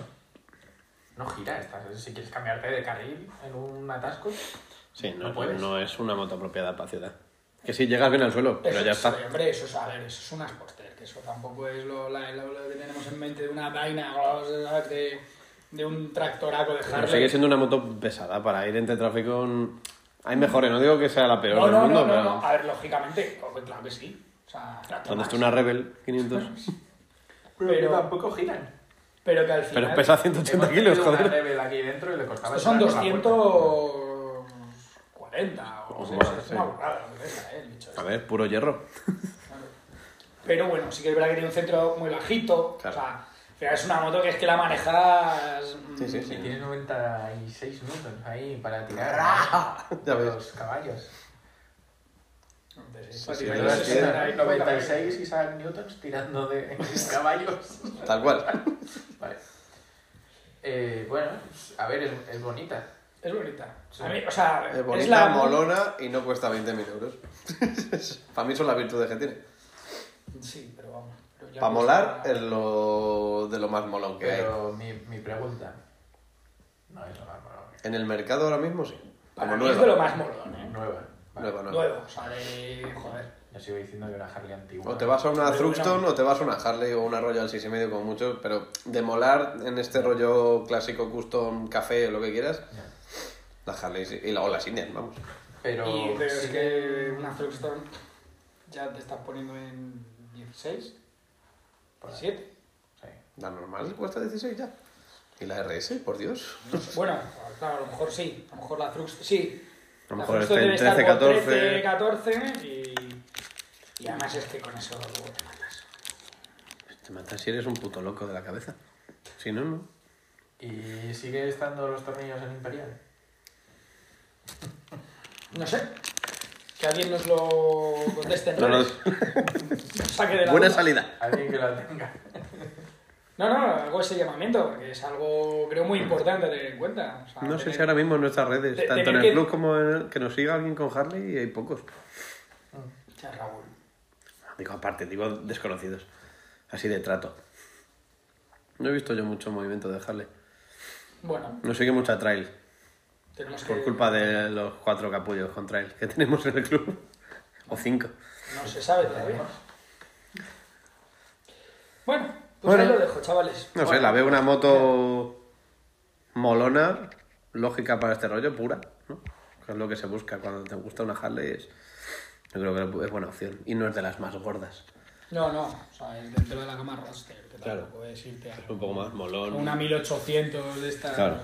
Speaker 3: No gira. estás- si quieres cambiarte de carril en un atasco,
Speaker 2: Sí, no, pues
Speaker 3: No puedes.
Speaker 2: no es una moto apropiada para ciudad. Que sí, llegas bien al suelo, pero
Speaker 8: Eso
Speaker 2: ya
Speaker 8: es-
Speaker 2: está.
Speaker 8: Hombre, eso es, a ver, eso es una sporter, que eso tampoco es lo, la- lo- lo que tenemos en mente de una vaina ¿sabes? de, de un tractoraco de
Speaker 2: Pero
Speaker 8: Harley.
Speaker 2: sigue siendo una moto pesada para ir entre tráfico. mm, Hay mejores, no digo que sea la peor
Speaker 8: no,
Speaker 2: del
Speaker 8: no,
Speaker 2: mundo,
Speaker 8: no, no,
Speaker 2: pero.
Speaker 8: no, a ver, lógicamente, claro que sí. O sea,
Speaker 2: Donde está una Rebel 500.
Speaker 3: pero,
Speaker 8: Pero-
Speaker 3: tampoco giran.
Speaker 8: Pero que al final...
Speaker 2: Pero pesa
Speaker 3: Hemos
Speaker 2: 180
Speaker 3: tenido
Speaker 2: kilos,
Speaker 3: una
Speaker 2: joder.
Speaker 3: Rebel aquí dentro y le costaba
Speaker 8: Estos son
Speaker 3: entrar por la puerta.
Speaker 8: 240 o
Speaker 2: Ojo,
Speaker 8: no sé,
Speaker 2: vale,
Speaker 8: es
Speaker 2: sí.
Speaker 8: una burrada, lo que es, eh, el bicho
Speaker 2: A
Speaker 8: este.
Speaker 2: ver, puro hierro.
Speaker 8: Pero bueno, sí que es verdad que tiene un centro muy bajito.
Speaker 2: Claro.
Speaker 8: O sea, al final es una moto que es que la manejas. mm,
Speaker 2: Sí, sí, sí.
Speaker 3: Y tiene 96 newtons ahí para tirar
Speaker 2: Ya ves.
Speaker 3: los caballos.
Speaker 8: entonces,
Speaker 2: Sí, sí,
Speaker 8: prácticamente
Speaker 2: la verdad es que-
Speaker 8: es una- ¿eh?
Speaker 3: 96 Isaac Newtons tirando de caballos.
Speaker 2: Tal cual.
Speaker 3: Vale. Eh, bueno, a ver, es, es bonita.
Speaker 8: Es bonita.
Speaker 3: Sí.
Speaker 8: A mí, o sea,
Speaker 2: Es bonita,
Speaker 8: la-
Speaker 2: molona y no cuesta 20.000 euros. para mí son las virtudes que tiene.
Speaker 8: Sí, pero vamos. pero ya
Speaker 2: Para
Speaker 8: no
Speaker 2: molar
Speaker 8: está-
Speaker 2: es lo de lo más molón que hay.
Speaker 3: pues, ah. Pero mi, mi pregunta. No es lo más malo.
Speaker 2: En el mercado ahora mismo sí.
Speaker 8: Para
Speaker 2: Como
Speaker 8: mí es de lo
Speaker 2: nueva.
Speaker 8: más molón, ¿eh?
Speaker 3: Nueva. Vale.
Speaker 2: Nueva, nueva.
Speaker 8: Nuevo, o sea, de. Joder.
Speaker 3: Yo sigo diciendo que una Harley antigua.
Speaker 2: O te vas a una
Speaker 8: Pero
Speaker 2: Thruxton
Speaker 8: bueno.
Speaker 2: o te vas a una Harley o una Royal 6,5 como mucho, pero de molar en este rollo clásico, custom, café o lo que quieras,
Speaker 3: Ya.
Speaker 2: la Harley sí- y la, o las Indian, vamos.
Speaker 3: Pero,
Speaker 8: Y, pero
Speaker 3: sí
Speaker 8: es que una Thruxton ya te estás poniendo en 16,
Speaker 3: Por ahí.
Speaker 8: 17.
Speaker 3: Sí.
Speaker 2: La normal cuesta 16 ya. ¿Y la RS? Por Dios.
Speaker 8: Bueno, pues, claro, a lo mejor sí. A lo mejor la Thruxton sí.
Speaker 2: A lo
Speaker 8: La
Speaker 2: mejor
Speaker 8: Thruxton
Speaker 2: esté en
Speaker 8: debe estar
Speaker 2: 13,
Speaker 8: por
Speaker 2: 14.
Speaker 8: 13, 14 y, y además es que con eso luego te matas.
Speaker 2: Te matas si eres un puto loco de la cabeza. Si no, no.
Speaker 3: ¿Y sigue estando los tornillos en Imperial?
Speaker 8: No sé. Que alguien nos lo conteste. en
Speaker 2: No, no.
Speaker 8: redes. Nos saque de la
Speaker 2: Buena
Speaker 8: duda.
Speaker 2: salida.
Speaker 3: Alguien que la tenga.
Speaker 8: No, no, hago ese llamamiento porque es algo, creo, muy importante a tener en cuenta. O sea,
Speaker 2: No sé
Speaker 8: tener-
Speaker 2: si ahora mismo en nuestras redes,
Speaker 8: Te-
Speaker 2: tanto en
Speaker 8: tener
Speaker 2: el
Speaker 8: que-
Speaker 2: club como en el- que nos siga alguien con Harley, y hay pocos.
Speaker 8: Ya, Raúl.
Speaker 2: Digo aparte, digo desconocidos. Así de trato. No he visto yo mucho movimiento de Harley.
Speaker 8: Bueno,
Speaker 2: No sigue mucha trail.
Speaker 8: tenemos que.
Speaker 2: Por culpa de los cuatro capullos con trail que tenemos en el club. O cinco.
Speaker 8: No se sabe todavía. Bueno, pues
Speaker 2: Bueno.
Speaker 8: ahí lo dejo, chavales.
Speaker 2: No sé, la veo una moto molona, lógica para este rollo, pura, ¿no? Que es lo que se busca cuando te gusta una Harley. Es... Yo creo que es buena opción. Y no es de las más gordas.
Speaker 8: No, no, o sea, es dentro de la gama roster, que
Speaker 2: Claro.
Speaker 8: tampoco es irte a
Speaker 2: Es un poco más molón.
Speaker 8: una 1800 de estas.
Speaker 2: Claro.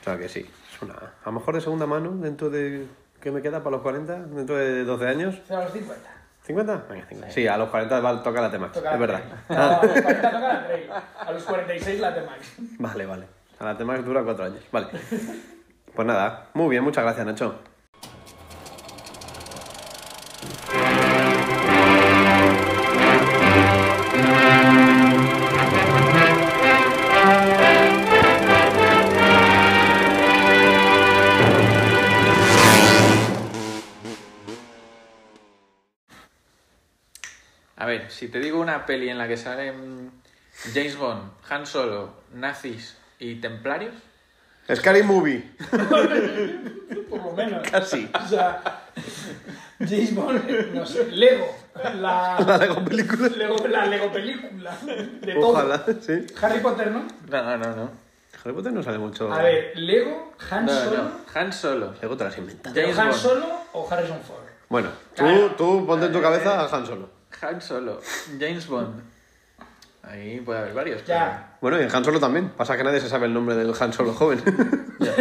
Speaker 2: O sea que sí. Es una... A lo mejor de segunda mano, dentro de... ¿Qué me queda para los 40? ¿Dentro de 12 años?
Speaker 8: Pero a los 50.
Speaker 2: ¿50? Venga, 50. Sí, a los 40 va, toca la tema.
Speaker 8: Toca
Speaker 2: Es
Speaker 8: la
Speaker 2: verdad.
Speaker 8: trail. No, a los 40 toca la trail. A los 46 la temáis.
Speaker 2: Vale, vale. A la tema que dura cuatro años. Vale. Pues nada, muy bien, muchas gracias, Nacho.
Speaker 3: A ver, si te digo una peli en la que salen James Bond, Han Solo, nazis y templarios,
Speaker 2: Scary Movie.
Speaker 8: Por lo menos.
Speaker 2: Casi.
Speaker 8: O sea, James Bond, no sé, Lego.
Speaker 2: La
Speaker 8: La
Speaker 2: Lego película.
Speaker 8: Lego, la Lego película. De todo.
Speaker 2: Ojalá, sí.
Speaker 8: Harry Potter, ¿no?
Speaker 3: No, no, no, no.
Speaker 2: Harry Potter no sale mucho.
Speaker 8: A ver, Lego, Han
Speaker 3: No,
Speaker 8: Solo.
Speaker 3: no. Han Solo.
Speaker 2: Lego te lo has inventado.
Speaker 8: ¿Pero
Speaker 3: James
Speaker 8: Han
Speaker 3: Bond.
Speaker 8: Solo o Harrison Ford?
Speaker 2: Bueno, tú,
Speaker 8: Claro.
Speaker 2: tú ponte en tu cabeza a Han Solo.
Speaker 3: Han Solo. James Bond. Ahí puede haber varios.
Speaker 8: Ya.
Speaker 2: Bueno, y en Han Solo también. Pasa que nadie se sabe el nombre del Han Solo joven.
Speaker 3: pero-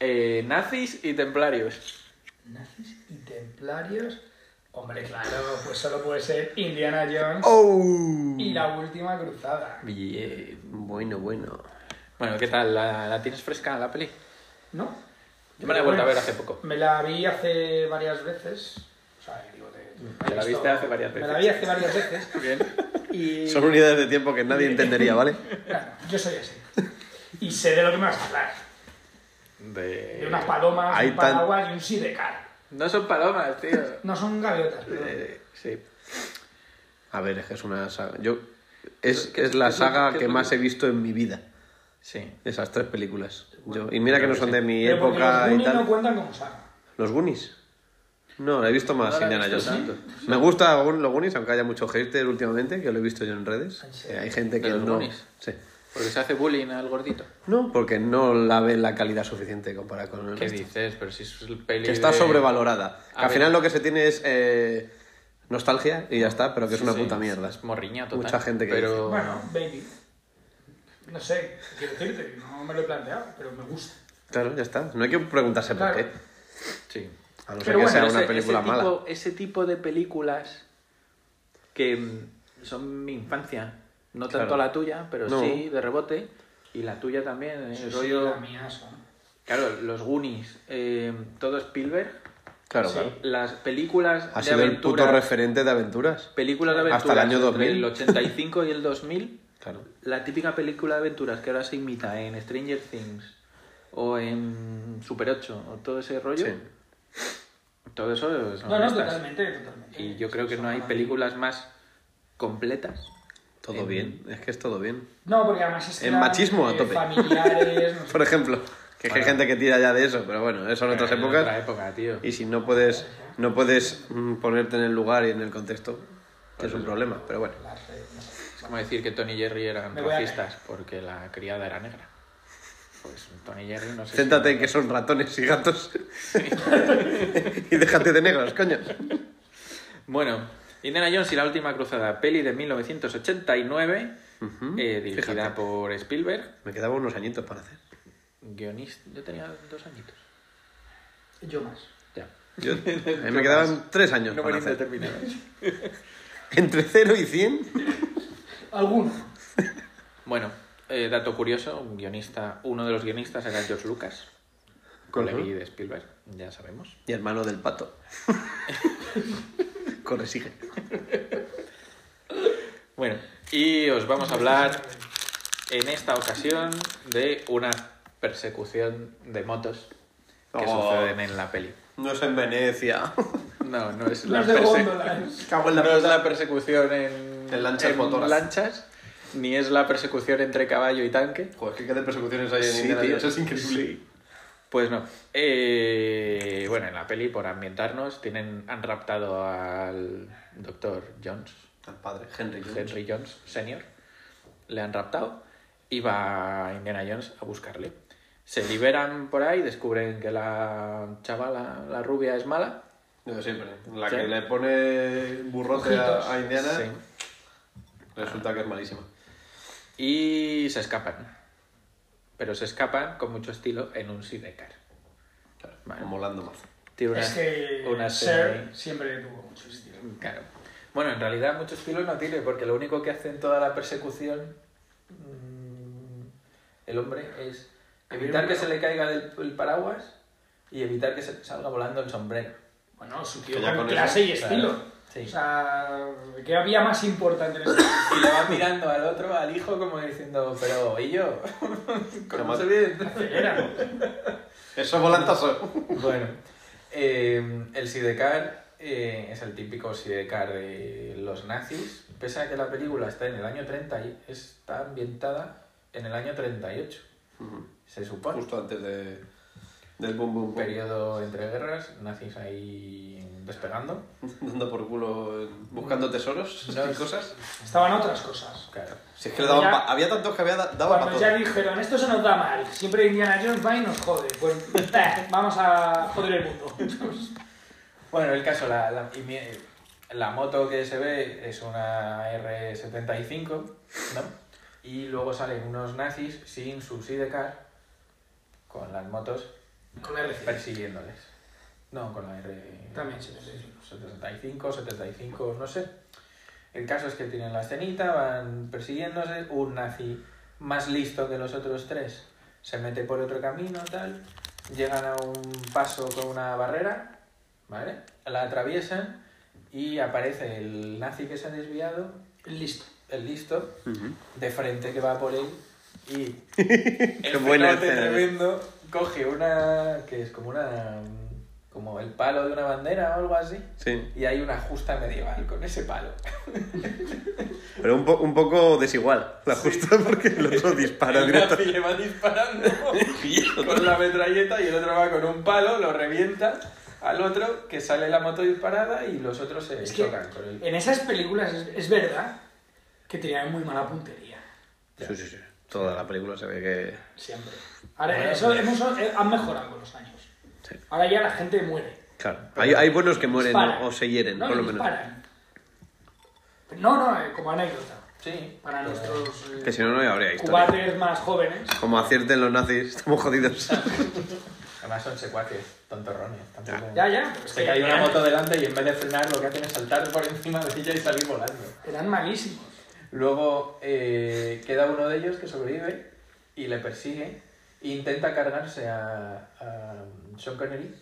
Speaker 3: Eh, nazis y templarios.
Speaker 8: Nazis y templarios. Hombre, claro, pues solo puede ser Indiana Jones
Speaker 2: ¡Oh!
Speaker 8: y la última cruzada.
Speaker 3: Bien.
Speaker 2: Bueno, bueno.
Speaker 3: Bueno, ¿qué tal? ¿La, la tienes fresca la peli?
Speaker 8: ¿No?
Speaker 3: Yo me la he vuelto a ver hace poco.
Speaker 8: Me la vi hace varias veces. O
Speaker 1: sea, digo, te- te-
Speaker 5: Te Mm, la
Speaker 1: he
Speaker 5: viste hace varias
Speaker 1: Me
Speaker 5: veces.
Speaker 1: la vi hace varias veces.
Speaker 5: Bien.
Speaker 1: Y
Speaker 2: Son unidades de tiempo que nadie entendería, ¿vale?
Speaker 1: claro, yo soy así. Y sé de lo que me vas a hablar.
Speaker 5: De...
Speaker 1: De unas palomas,
Speaker 2: hay
Speaker 1: un
Speaker 2: tan-
Speaker 1: paraguas y un sidecar.
Speaker 5: No son palomas, tío.
Speaker 1: No son gaviotas. pero-
Speaker 2: Eh, sí. A ver, es que es una saga. Yo. Es, es la saga que más he visto en mi vida.
Speaker 5: Sí.
Speaker 2: Esas tres películas. Yo, y mira que no son de mi
Speaker 1: pero porque
Speaker 2: época
Speaker 1: los
Speaker 2: y
Speaker 1: Goonies no
Speaker 2: tal.
Speaker 1: cuentan como saga.
Speaker 5: Oh,
Speaker 2: ¿Los Goonies? No, la he visto más,
Speaker 5: No la he
Speaker 2: Indiana
Speaker 5: visto
Speaker 2: Jones. Me gusta aún los Goonies, aunque haya mucho hater últimamente, que lo he visto yo en redes.
Speaker 1: ¿En
Speaker 2: Eh,
Speaker 1: serio?
Speaker 2: hay gente que
Speaker 5: ¿De los
Speaker 2: no.
Speaker 5: Goonies?
Speaker 2: Sí.
Speaker 5: Porque se hace bullying al gordito.
Speaker 2: No, porque no la ve la calidad suficiente comparada con el
Speaker 5: ¿Qué
Speaker 2: resto.
Speaker 5: dices? Pero si es el peli
Speaker 2: Que está
Speaker 5: de-
Speaker 2: sobrevalorada. Que
Speaker 5: A
Speaker 2: al
Speaker 5: ver.
Speaker 2: final lo que se tiene es eh, nostalgia y ya está, pero que es
Speaker 5: Sí,
Speaker 2: una
Speaker 5: sí,
Speaker 2: puta mierda.
Speaker 5: Es morriña total.
Speaker 2: Mucha gente que
Speaker 5: Pero...
Speaker 1: Bueno, baby. No sé, quiero decirte, no me lo he planteado, pero me gusta.
Speaker 2: Claro, ya está. No hay que preguntarse
Speaker 1: Claro.
Speaker 2: por qué.
Speaker 5: Sí.
Speaker 2: A no
Speaker 1: Pero
Speaker 2: ser que
Speaker 1: bueno,
Speaker 2: sea
Speaker 1: Era
Speaker 2: una película
Speaker 5: ese
Speaker 2: mala.
Speaker 5: Tipo, ese tipo de películas que mm, son mi infancia. No tanto
Speaker 2: Claro.
Speaker 5: la tuya, pero
Speaker 2: No.
Speaker 5: sí, de rebote. Y la tuya también. El
Speaker 1: Sí,
Speaker 5: rollo...
Speaker 1: la mía son.
Speaker 5: Claro, los Goonies. eh, todo Spielberg.
Speaker 2: Claro,
Speaker 1: Sí.
Speaker 2: claro.
Speaker 5: Las películas
Speaker 2: Ha
Speaker 5: de
Speaker 2: sido el puto
Speaker 5: aventura...
Speaker 2: referente de aventuras.
Speaker 5: Películas de aventuras
Speaker 2: Hasta el año
Speaker 5: entre
Speaker 2: 2000.
Speaker 5: el 85 y el 2000
Speaker 2: Claro.
Speaker 5: La típica película de aventuras que ahora se imita en Stranger Things o en Super 8 o todo ese rollo.
Speaker 2: Sí.
Speaker 5: Todo eso son
Speaker 1: No, no,
Speaker 5: estas.
Speaker 1: totalmente, totalmente.
Speaker 5: Y yo creo que
Speaker 1: Son
Speaker 5: no hay
Speaker 1: para mí.
Speaker 5: películas más completas.
Speaker 2: Todo
Speaker 5: En-
Speaker 2: bien. Es que es todo bien.
Speaker 1: No, porque además es que
Speaker 2: En
Speaker 1: eran,
Speaker 2: machismo a
Speaker 1: eh,
Speaker 2: tope.
Speaker 1: Familiares, no sé.
Speaker 2: Por ejemplo, que hay
Speaker 5: Bueno. Eh,
Speaker 2: gente que tira ya de eso, pero bueno, eso en otras
Speaker 5: En
Speaker 2: épocas.
Speaker 5: otra época, tío.
Speaker 2: Y si no puedes, no puedes mm, ponerte en el lugar y en el contexto,
Speaker 5: Pues
Speaker 2: es un problema, pero bueno.
Speaker 1: Las, eh, no sé.
Speaker 5: Es como decir que Tony y Jerry eran
Speaker 1: Me voy a
Speaker 5: racistas porque la criada era negra. Pues Tony y Jerry no sé. si-
Speaker 2: Céntrate en que son ratones y gatos. y déjate de negros, coño.
Speaker 5: Eh, Bueno, Indiana Jones y la última cruzada, peli de 1989, eh, dirigida
Speaker 2: Mm, fíjate.
Speaker 5: por Spielberg.
Speaker 2: Me quedaban unos añitos para hacer.
Speaker 5: Guionista, yo tenía dos añitos.
Speaker 1: Yo más.
Speaker 5: Ya.
Speaker 2: Yo- a mí me quedaban tres años para hacer. Entre 0 y 100.
Speaker 1: Alguno.
Speaker 5: Bueno, eh, dato curioso, un guionista, uno de los guionistas era George Lucas, colegui de Spielberg, ya sabemos.
Speaker 2: Y hermano del pato. Corre, sigue.
Speaker 5: Bueno, y os vamos a hablar en esta ocasión de una persecución de motos que
Speaker 2: Oh.
Speaker 5: suceden en la peli.
Speaker 2: No es en Venecia.
Speaker 5: No, no es la
Speaker 1: Las de
Speaker 5: perse-
Speaker 1: góndolas.
Speaker 2: Cago
Speaker 5: no es la persecución en,
Speaker 2: En lanchas
Speaker 5: en
Speaker 2: motoras.
Speaker 5: lanchas, ni es la persecución entre caballo y tanque.
Speaker 2: Joder, que quedan persecuciones ahí
Speaker 5: Sí,
Speaker 2: Indiana
Speaker 5: tío.
Speaker 2: Jones, es increíble.
Speaker 5: Pues no. Eh, bueno, en la peli, por ambientarnos, tienen, han raptado al doctor Jones,
Speaker 2: Al padre, Henry Jones.
Speaker 5: Henry Jones, senior. Le han raptado y va Indiana Jones a buscarle. Se liberan por ahí, descubren que la chavala, la rubia, es mala.
Speaker 2: Lo de siempre. La
Speaker 5: Sí.
Speaker 2: que le pone burrote
Speaker 1: Ojitos.
Speaker 2: a, a Indiana
Speaker 5: Sí.
Speaker 2: resulta que es malísima.
Speaker 5: Y se escapan. Pero se escapan con mucho estilo en un sidecar.
Speaker 2: Claro,
Speaker 5: Vale.
Speaker 2: molando más.
Speaker 5: Tiene una,
Speaker 1: Es que
Speaker 5: una escena ahí.
Speaker 1: Ser siempre tuvo mucho estilo.
Speaker 5: Claro. Bueno, en realidad muchos kilos no tiene, porque lo único que hace en toda la persecución mm, el hombre es evitar que se le caiga del el paraguas y evitar que se le salga volando el sombrero.
Speaker 1: Bueno, su tío
Speaker 2: Que ya
Speaker 1: con,
Speaker 2: con
Speaker 1: clase
Speaker 2: eso,
Speaker 1: y
Speaker 5: claro.
Speaker 1: estilo.
Speaker 5: Sí.
Speaker 1: O sea, ¿qué había más importante en este
Speaker 5: Y le va mirando al otro, al hijo, como diciendo, pero ¿y yo? ¿Cómo
Speaker 2: Además-
Speaker 5: se ve?
Speaker 1: Era,
Speaker 2: Eso volantazo.
Speaker 5: Bueno, eh, el sidecar eh, es el típico sidecar de los nazis. Pese a que la película está en el año 30, y está ambientada en el año 38, se supone.
Speaker 2: Justo antes de, del boom boom boom.
Speaker 5: Un periodo entre guerras, nazis ahí despegando.
Speaker 2: Dando por culo, eh, buscando tesoros
Speaker 5: No,
Speaker 2: y
Speaker 5: es-
Speaker 2: cosas.
Speaker 1: estaban otras cosas.
Speaker 5: Claro.
Speaker 2: Si es que le daban
Speaker 1: Ya-
Speaker 2: pa- Había tantos que había da- daba para
Speaker 1: Cuando
Speaker 2: todo.
Speaker 1: ya dijeron, esto se nos da mal, siempre Indiana Jones va y nos jode. Pues bah, vamos a joder el mundo.
Speaker 5: Bueno, el caso, la, la, y mi- la moto que se ve es una R75, ¿no? Y luego salen unos nazis sin su sidecar, con las motos
Speaker 1: Con R5.
Speaker 5: persiguiéndoles. No, con la R.
Speaker 1: También se necesita.
Speaker 5: 75, 75, no sé. El caso es que tienen la escenita, van persiguiéndose, un nazi más listo que los otros tres se mete por otro camino, tal, llegan a un paso con una barrera, ¿vale? La atraviesan y aparece el nazi que se ha desviado,
Speaker 8: Listo.
Speaker 5: el listo, de frente que va por él y
Speaker 9: Qué
Speaker 5: el
Speaker 9: buena
Speaker 5: pelote
Speaker 9: escena. ¿eh?
Speaker 5: tremendo coge una que es como una como el palo de una bandera o algo así
Speaker 9: Sí.
Speaker 5: y hay una justa medieval con ese palo.
Speaker 2: Pero un, po- un poco desigual, la justa, porque el otro dispara
Speaker 5: el nazi
Speaker 2: directamente.
Speaker 5: le va disparando con la metralleta y el otro va con un palo, lo revienta al otro que sale la moto disparada y los otros se
Speaker 8: Es que
Speaker 5: chocan con el
Speaker 8: en esas películas es, es verdad que tenían muy mala puntería.
Speaker 2: Sí, sí, sí. Toda la película se ve que.
Speaker 8: Siempre. Ahora,
Speaker 5: Bueno,
Speaker 8: eso,
Speaker 5: bien.
Speaker 8: hemos- eh, han mejorado con los años.
Speaker 2: Sí.
Speaker 8: Ahora ya la gente muere.
Speaker 2: Claro. Hay, hay buenos que mueren
Speaker 8: Disparan.
Speaker 2: o o se hieren,
Speaker 8: No,
Speaker 2: por lo
Speaker 8: y
Speaker 2: menos.
Speaker 8: disparan. Pero No, no, eh, como anécdota.
Speaker 5: Sí,
Speaker 8: Para
Speaker 5: pero-
Speaker 8: nuestros eh,
Speaker 2: Que si no, no habría historia.
Speaker 8: cubates más jóvenes.
Speaker 2: Como acierten los nazis, estamos jodidos.
Speaker 5: Además son secuaces, tontorrones. Tampoco...
Speaker 8: Ya, ya. pero es
Speaker 5: Se
Speaker 8: que
Speaker 5: cae una
Speaker 8: eran-
Speaker 5: moto delante y en vez de frenar lo que hacen es saltar por encima de ella y salir volando.
Speaker 8: Eran malísimos.
Speaker 5: Luego eh, queda uno de ellos que sobrevive y le persigue e intenta cargarse a, a Sean Connery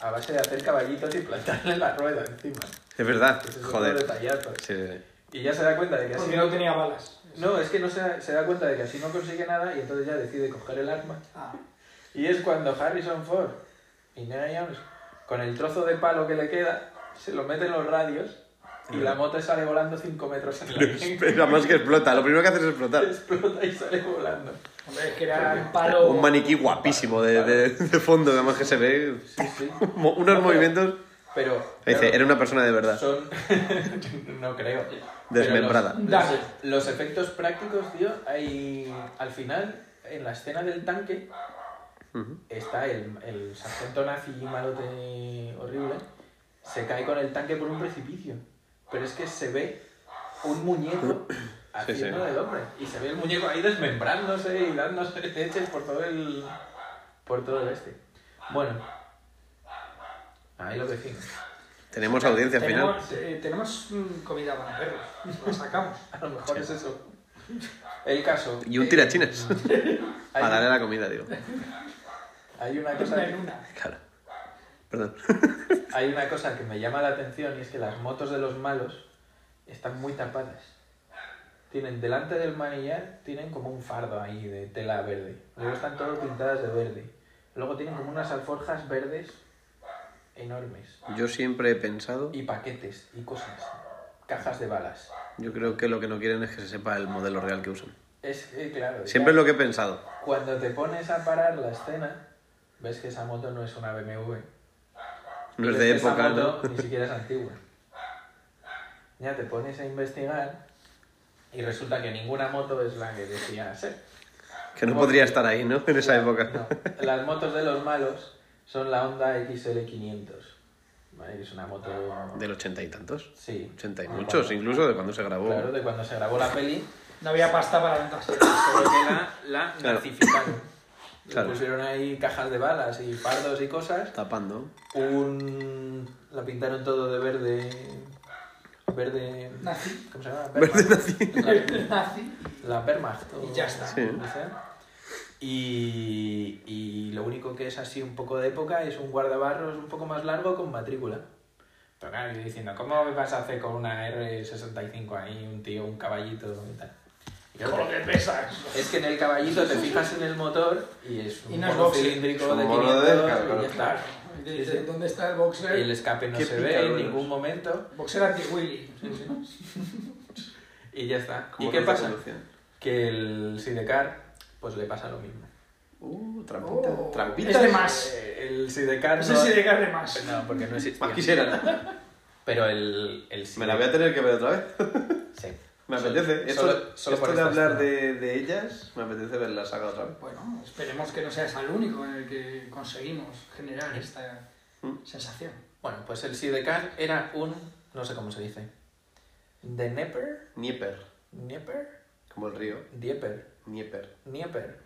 Speaker 5: a base de hacer caballitos y plantarle la rueda encima.
Speaker 2: Es verdad,
Speaker 5: Ese es otro
Speaker 2: joder.
Speaker 5: detallazo.
Speaker 2: Sí, sí, sí.
Speaker 5: Y ya se da cuenta de que así
Speaker 8: Porque no tenía balas.
Speaker 5: No, es que no se, da- se da cuenta de que así no consigue nada y entonces ya decide coger el arma.
Speaker 8: Ah,
Speaker 5: Y es cuando Harrison Ford, Indiana Jones, con el trozo de palo que le queda, se lo mete en los radios y la moto sale volando 5 metros en la aire.
Speaker 2: Pero además que explota, lo primero que haces es explotar.
Speaker 5: Explota y sale volando.
Speaker 8: hombre, es que era un palo.
Speaker 2: Un maniquí guapísimo de, de, de fondo, además que se ve.
Speaker 5: Sí, sí.
Speaker 2: mo- Unos
Speaker 5: No, pero-
Speaker 2: movimientos.
Speaker 5: Pero.
Speaker 2: Dice,
Speaker 5: claro,
Speaker 2: era una persona de verdad.
Speaker 5: Son. no creo.
Speaker 2: Desmembrada.
Speaker 5: Pero Los,
Speaker 8: Dale.
Speaker 5: los- los efectos prácticos, tío, hay. Al final, en la escena del tanque,
Speaker 2: Ujú.
Speaker 5: está el, el sargento nazi malote horrible. Se cae con el tanque por un precipicio. Pero es que se ve un muñeco haciendo
Speaker 2: sí.
Speaker 5: del hombre. Y se ve el muñeco ahí desmembrándose y dándose leches por todo el. por todo el este. Bueno. Ahí lo decimos.
Speaker 2: Tenemos audiencia al final.
Speaker 8: Tenemos, eh, tenemos mm, comida para perros. La sacamos.
Speaker 5: A lo mejor es eso. El caso.
Speaker 2: Y un tirachinas.
Speaker 5: Hay,
Speaker 2: Para darle la comida, digo.
Speaker 5: hay una cosa
Speaker 8: Una en
Speaker 5: que-
Speaker 8: una.
Speaker 2: Claro. Perdón.
Speaker 5: hay una cosa que me llama la atención y es que las motos de los malos están muy tapadas. Tienen delante del manillar, tienen como un fardo ahí de tela verde. Luego están todas pintadas de verde. Luego tienen como unas alforjas verdes enormes.
Speaker 2: Yo siempre he pensado,
Speaker 5: Y paquetes y cosas. Cajas de balas.
Speaker 2: yo creo que lo que no quieren es que se sepa el modelo real que usan.
Speaker 5: Es que, claro.
Speaker 2: Siempre es
Speaker 5: ya-
Speaker 2: lo que he pensado.
Speaker 5: Cuando te pones a parar la escena, ves que esa moto no es una BMW.
Speaker 2: No
Speaker 5: Y
Speaker 2: es
Speaker 5: ves
Speaker 2: de
Speaker 5: que esa
Speaker 2: época, ¿no?
Speaker 5: moto Ni siquiera es antigua. Ya te pones a investigar y resulta que ninguna moto es la que decía ser.
Speaker 2: Que no podría estar ahí, ¿no? En esa época.
Speaker 5: No, las motos de los malos son la Honda XL500. ¿vale? Que Es una moto...
Speaker 2: Del ochenta y tantos.
Speaker 5: Sí.
Speaker 2: Ochenta y
Speaker 5: Bueno,
Speaker 2: muchos, incluso de cuando se grabó.
Speaker 5: Claro, de cuando se grabó la peli,
Speaker 8: No había pasta para ventas.
Speaker 5: solo que la, la
Speaker 2: Claro.
Speaker 5: nazificaron. Le
Speaker 2: Claro.
Speaker 5: pusieron ahí cajas de balas y fardos y cosas
Speaker 2: Tapando.
Speaker 5: un la pintaron todo de verde verde
Speaker 8: Nazi.
Speaker 5: ¿cómo se llama?
Speaker 2: Verde
Speaker 5: Wehrmacht.
Speaker 2: nazi.
Speaker 8: Nazi.
Speaker 5: la Wehrmacht o-
Speaker 8: Y ya está.
Speaker 2: Sí.
Speaker 5: o sea. y, y lo único que es así un poco de época es un guardabarros un poco más largo con matrícula pero claro, yo diciendo, ¿cómo me vas a hacer con una R65 ahí, un tío, un caballito y tal? Y claro,
Speaker 8: Joder, pesas.
Speaker 5: es que en el caballito te fijas en el motor y es un
Speaker 8: Y no es
Speaker 5: mono
Speaker 8: boxer.
Speaker 5: cilíndrico
Speaker 9: Es
Speaker 5: de
Speaker 9: un mono
Speaker 5: 500
Speaker 9: de- claro,
Speaker 5: y ya está.
Speaker 8: Y
Speaker 5: Sí,
Speaker 8: dice,
Speaker 5: sí.
Speaker 8: ¿Dónde está el boxer?
Speaker 5: El escape no
Speaker 2: Qué
Speaker 5: se ve en
Speaker 2: picaros.
Speaker 5: ningún momento
Speaker 8: Boxer anti-Willy.
Speaker 5: y ya está. ¿Y
Speaker 2: Como
Speaker 5: qué
Speaker 2: no
Speaker 5: pasa?
Speaker 2: reconocían.
Speaker 5: Que el Sidecar, pues le pasa lo mismo.
Speaker 2: Uh, trampita.
Speaker 8: Oh,
Speaker 2: Trampita.
Speaker 8: es de más.
Speaker 5: Eh, El Sidecar
Speaker 8: No
Speaker 5: no...
Speaker 8: sé si de carne más.
Speaker 5: No, porque no existía.
Speaker 2: Más quisiera.
Speaker 5: Pero el, el
Speaker 2: Me la voy a tener que ver otra vez.
Speaker 5: Sidecar- Sí.
Speaker 2: Me
Speaker 5: Solo-
Speaker 2: apetece. Esto,
Speaker 5: solo- solo
Speaker 2: esto
Speaker 5: por
Speaker 2: de
Speaker 5: esta
Speaker 2: hablar
Speaker 5: escena.
Speaker 2: de, de ellas, me apetece ver la saga otra vez.
Speaker 8: Bueno, esperemos que no seas el único en el que conseguimos generar esta sensación.
Speaker 5: Bueno, pues el Sidecar era un... no sé cómo se dice. ¿De Neper?
Speaker 2: Nieper.
Speaker 5: ¿Nieper?
Speaker 2: Como el río.
Speaker 5: Dieper.
Speaker 2: Nieper.
Speaker 5: Nieper.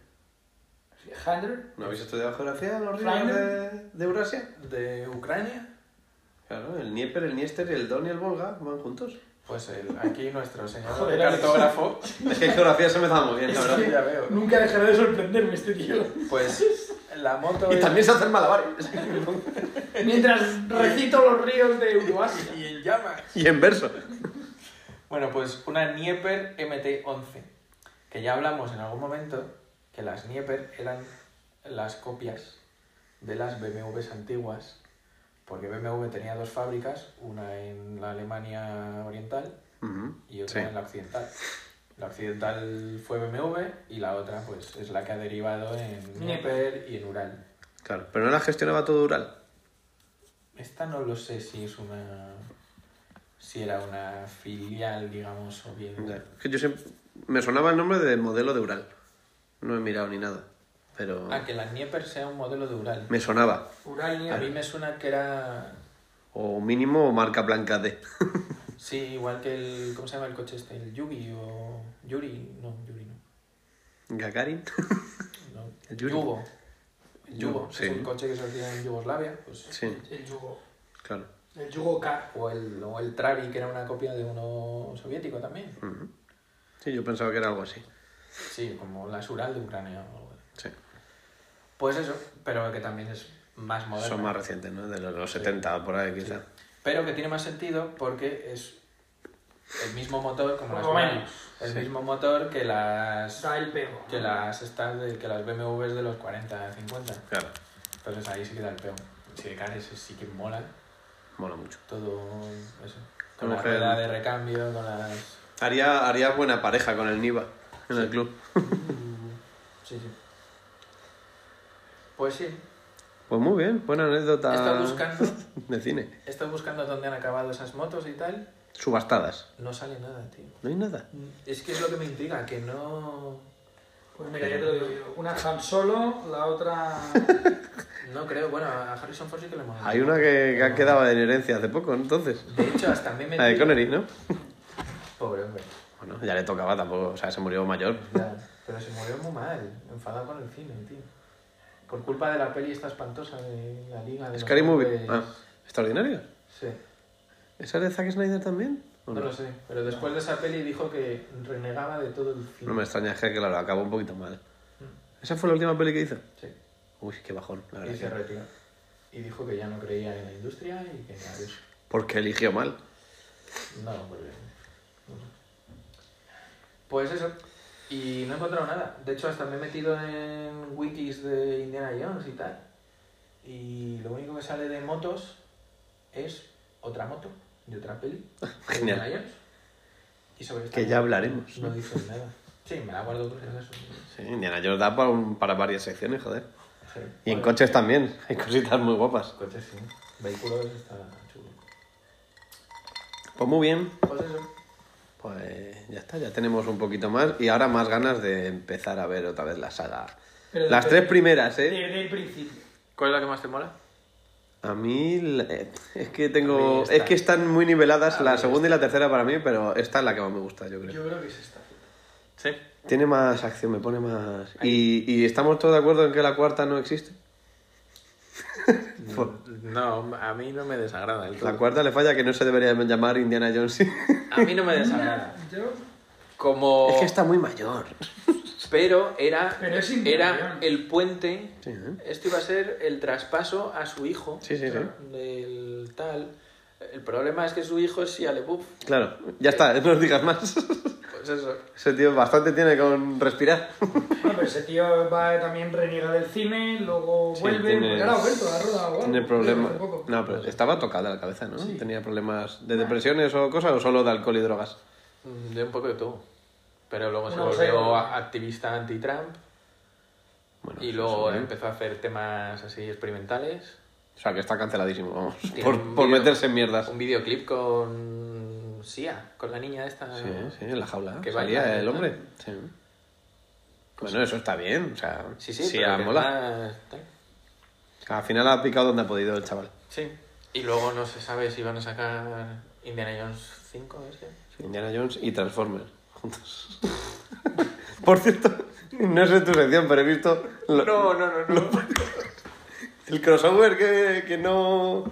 Speaker 8: Hunter,
Speaker 2: ¿No habéis estudiado geografía en los ríos
Speaker 8: Flanders.
Speaker 2: de, de Eurasia?
Speaker 5: ¿De Ucrania?
Speaker 2: Claro, el Nieper, el Niester, el Don y el Volga van juntos.
Speaker 5: Pues el- aquí nuestro señor
Speaker 8: Joder, Alex.
Speaker 5: cartógrafo...
Speaker 2: Es que geografía se me da muy bien, la
Speaker 5: Sí,
Speaker 2: verdad.
Speaker 5: ya veo.
Speaker 8: nunca dejará de sorprenderme este tío.
Speaker 5: Pues la moto
Speaker 2: Y
Speaker 5: es-
Speaker 2: también se hacen malabares.
Speaker 8: Mientras recito los ríos de Uruguay.
Speaker 5: Y en llamas.
Speaker 2: y en verso.
Speaker 5: Bueno, pues una Nieper MT-11, que ya hablamos en algún momento que las Nieper eran las copias de las BMWs antiguas, porque BMW tenía dos fábricas, una en la Alemania Oriental
Speaker 2: Ujú,
Speaker 5: y otra
Speaker 2: sí.
Speaker 5: en la Occidental. La Occidental fue BMW y la otra pues es la que ha derivado en Nieper y en Ural.
Speaker 2: Claro, pero no la gestionaba todo Ural.
Speaker 5: Esta no lo sé si es una... si era una filial, digamos, o bien...
Speaker 2: Ya, que yo siempre- Me sonaba el nombre del modelo de Ural. No he mirado ni nada. Pero
Speaker 5: Ah, que la Nieper sea un modelo de Ural.
Speaker 2: me sonaba.
Speaker 5: A mí me suena que era.
Speaker 2: O mínimo marca blanca D.
Speaker 5: Sí, igual que el. ¿Cómo se llama el coche este? El Yugi o. Yuri. No, Yuri no.
Speaker 2: Gagarin.
Speaker 5: no.
Speaker 2: El Yuri.
Speaker 5: Yugo. El Yugo.
Speaker 2: Sí.
Speaker 5: Es un coche que se hacía en Yugoslavia. Pues,
Speaker 2: sí,
Speaker 8: El yugo.
Speaker 2: claro.
Speaker 8: El yugo K.
Speaker 5: o, el, o el Travi, que era una copia de uno soviético también.
Speaker 2: Ujú. Sí, yo pensaba que era algo así.
Speaker 5: Sí, como la Ural de Ucrania o algo así.
Speaker 2: Sí.
Speaker 5: Pues eso, pero que también es más moderno.
Speaker 2: Son más recientes, ¿no? De los 70 por ahí quizá.
Speaker 5: Pero que tiene más sentido porque es el mismo motor, como
Speaker 8: Por
Speaker 5: las
Speaker 8: lo
Speaker 5: Ural,
Speaker 8: menos.
Speaker 5: El mismo motor que las.
Speaker 8: Da el pego.
Speaker 5: que las estas de- que las BMWs de los 40, 50.
Speaker 2: Claro,
Speaker 5: Entonces ahí sí que da el peón. Sí que claro, eso sí que mola
Speaker 2: mola mucho.
Speaker 5: todo eso. Con
Speaker 2: Como
Speaker 5: la
Speaker 2: que-
Speaker 5: rueda de recambio, con las
Speaker 2: Haría, haría buena pareja con el Niva en el club.
Speaker 5: sí, sí. Pues sí,
Speaker 2: Pues muy bien, buena anécdota
Speaker 5: he estado buscando,
Speaker 2: de cine.
Speaker 5: he estado buscando dónde han acabado esas motos y tal,
Speaker 2: Subastadas.
Speaker 5: no sale nada, tío.
Speaker 2: No hay nada.
Speaker 5: Es que es lo que me intriga, que no
Speaker 8: Pues mira, ya te lo digo yo. Una Han Solo, la otra.
Speaker 5: no creo, bueno, a Harrison Ford sí que le hemos
Speaker 2: Hay una que, que ha quedado en herencia hace poco, entonces.
Speaker 5: Ah, De hecho, hasta me he
Speaker 2: La de
Speaker 5: metido...
Speaker 2: Connery, ¿no?
Speaker 5: Pobre hombre.
Speaker 2: Bueno, ya le tocaba tampoco, o sea, se murió mayor.
Speaker 5: Ya, pero se murió muy mal, enfadado con el cine, tío. Por culpa de la peli esta espantosa de la liga de los
Speaker 2: Scary Movie.
Speaker 5: Hombres-
Speaker 2: Ah, extraordinario.
Speaker 5: Sí,
Speaker 2: ¿Esa es de Zack Snyder también? ¿O
Speaker 5: no lo sé. Pero después de esa peli dijo que renegaba de todo el cine.
Speaker 2: No me extraña, es que claro, acabó un poquito mal. ¿Esa fue la última peli que hizo?
Speaker 5: Sí,
Speaker 2: Uy, qué bajón, la
Speaker 5: y se
Speaker 2: verdad.
Speaker 5: retiró. Y dijo que ya no creía en la industria y que adiós.
Speaker 2: Porque eligió mal.
Speaker 5: No, porque... no sé. Pues eso. Y no he encontrado nada. De hecho, hasta me he metido en wikis de Indiana Jones y tal. Y lo único que sale de motos es otra moto de otra peli. de
Speaker 2: Genial.
Speaker 5: Indiana Jones. Y sobre esta
Speaker 2: Que ya
Speaker 5: moto
Speaker 2: hablaremos.
Speaker 5: No dicen nada. Sí, me la guardo por si acaso.
Speaker 2: Sí, Indiana Jones da para, un- para varias secciones, joder.
Speaker 5: Sí.
Speaker 2: Y en
Speaker 5: Bueno,
Speaker 2: coches también, hay cositas muy guapas.
Speaker 5: Coches sí. Vehículos está chulo.
Speaker 2: Pues muy bien,
Speaker 5: Pues eso.
Speaker 2: pues ya está, ya tenemos un poquito más y ahora más ganas de empezar a ver otra vez la saga.
Speaker 8: Pero
Speaker 2: Las
Speaker 8: desde-
Speaker 2: tres primeras, ¿eh?
Speaker 8: Desde el principio.
Speaker 5: ¿Cuál es la que más te mola?
Speaker 2: A mí la- eh, es que
Speaker 5: A mí
Speaker 2: tengo...
Speaker 5: esta.
Speaker 2: Es que están muy niveladas
Speaker 5: A
Speaker 2: la
Speaker 5: mí
Speaker 2: segunda y la tercera para mí, pero esta es la que más me gusta, yo creo.
Speaker 8: Yo creo que es esta.
Speaker 5: Sí.
Speaker 2: Tiene más acción, me pone más... Y, y estamos todos de acuerdo en que la cuarta no existe. Pues,
Speaker 5: No, a mí no me desagrada el
Speaker 2: La cuarta le falla que no se debería llamar Indiana Jones. es
Speaker 5: A mí no me desagrada.
Speaker 8: Yo.
Speaker 5: Como.
Speaker 2: que está muy mayor.
Speaker 5: Pero era,
Speaker 8: Pero es Indiana
Speaker 5: era
Speaker 8: Jones.
Speaker 5: el puente.
Speaker 2: Sí, ¿eh?
Speaker 5: Esto iba a ser el traspaso a su hijo.
Speaker 2: Sí, sí, sí.
Speaker 5: Del tal. El problema es que su hijo es Shia LaBeouf.
Speaker 2: Claro, ya está, no nos digas más.
Speaker 5: Pues eso.
Speaker 2: Ese tío bastante tiene con respirar.
Speaker 8: Bueno, pero ese tío va también reniega del cine, luego
Speaker 2: Sí,
Speaker 8: vuelve.
Speaker 2: tiene-
Speaker 8: Porque ahora ha vuelto, ha rodado. algo.
Speaker 2: Tiene problemas.
Speaker 8: Hace poco.
Speaker 2: No, pero estaba tocada la cabeza, ¿no? ¿Tenía problemas de depresiones o cosas o solo de alcohol y drogas?
Speaker 5: Mm, De un poco de todo. Pero luego se
Speaker 8: No,
Speaker 5: volvió
Speaker 8: sí.
Speaker 5: a- activista anti-Trump.
Speaker 2: Bueno,
Speaker 5: Y
Speaker 2: eso
Speaker 5: luego
Speaker 2: sí, ¿eh?
Speaker 5: empezó a hacer temas así experimentales.
Speaker 2: O sea, que está canceladísimo, vamos.
Speaker 5: Tiene
Speaker 2: Por,
Speaker 5: un
Speaker 2: por
Speaker 5: vídeo-
Speaker 2: meterse en mierdas.
Speaker 5: Un videoclip con. Sia, con la niña esta.
Speaker 2: Sí, sí, en la jaula.
Speaker 5: Que
Speaker 2: Salía
Speaker 5: baila,
Speaker 2: el
Speaker 5: ¿no?
Speaker 2: hombre. Sí. Bueno, eso está bien. O sea,
Speaker 5: Pues Sí, sí,
Speaker 2: ah,
Speaker 5: pero que
Speaker 2: mola.
Speaker 5: además, tal.
Speaker 2: Al final ha picado donde ha podido el chaval.
Speaker 5: Sí. Y luego no se sabe si van a sacar Indiana Jones 5, ¿es que?
Speaker 2: Indiana Jones y Transformers juntos. Por cierto, no sé tu sección, pero he visto lo-
Speaker 5: No, no, no, no.
Speaker 2: el crossover que, que no,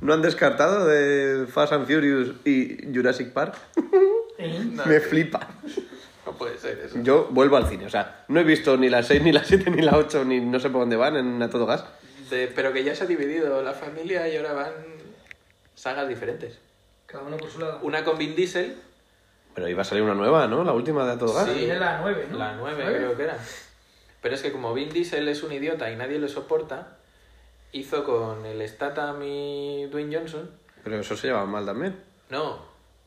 Speaker 2: no han descartado de Fast and Furious y Jurassic Park.
Speaker 8: ¿Eh?
Speaker 2: Me flipa.
Speaker 5: No puede ser eso.
Speaker 2: Yo vuelvo al cine, o sea, no he visto ni la 6, ni la 7, ni la 8, ni no sé por dónde van en A Todo Gas.
Speaker 5: De- pero que ya se ha dividido la familia y ahora van sagas diferentes.
Speaker 8: Cada uno por su lado.
Speaker 5: Una con Vin Diesel,
Speaker 2: Pero iba a salir una nueva, ¿no? La última de A Todo Gas.
Speaker 5: Sí.
Speaker 8: Es la 9, ¿no?
Speaker 5: la 9
Speaker 8: ¿Nueve?
Speaker 5: creo que era. Pero es que como Vin Diesel es un idiota y nadie le soporta, hizo con el Statham y Dwayne Johnson.
Speaker 2: Pero eso se lleva mal también.
Speaker 5: No,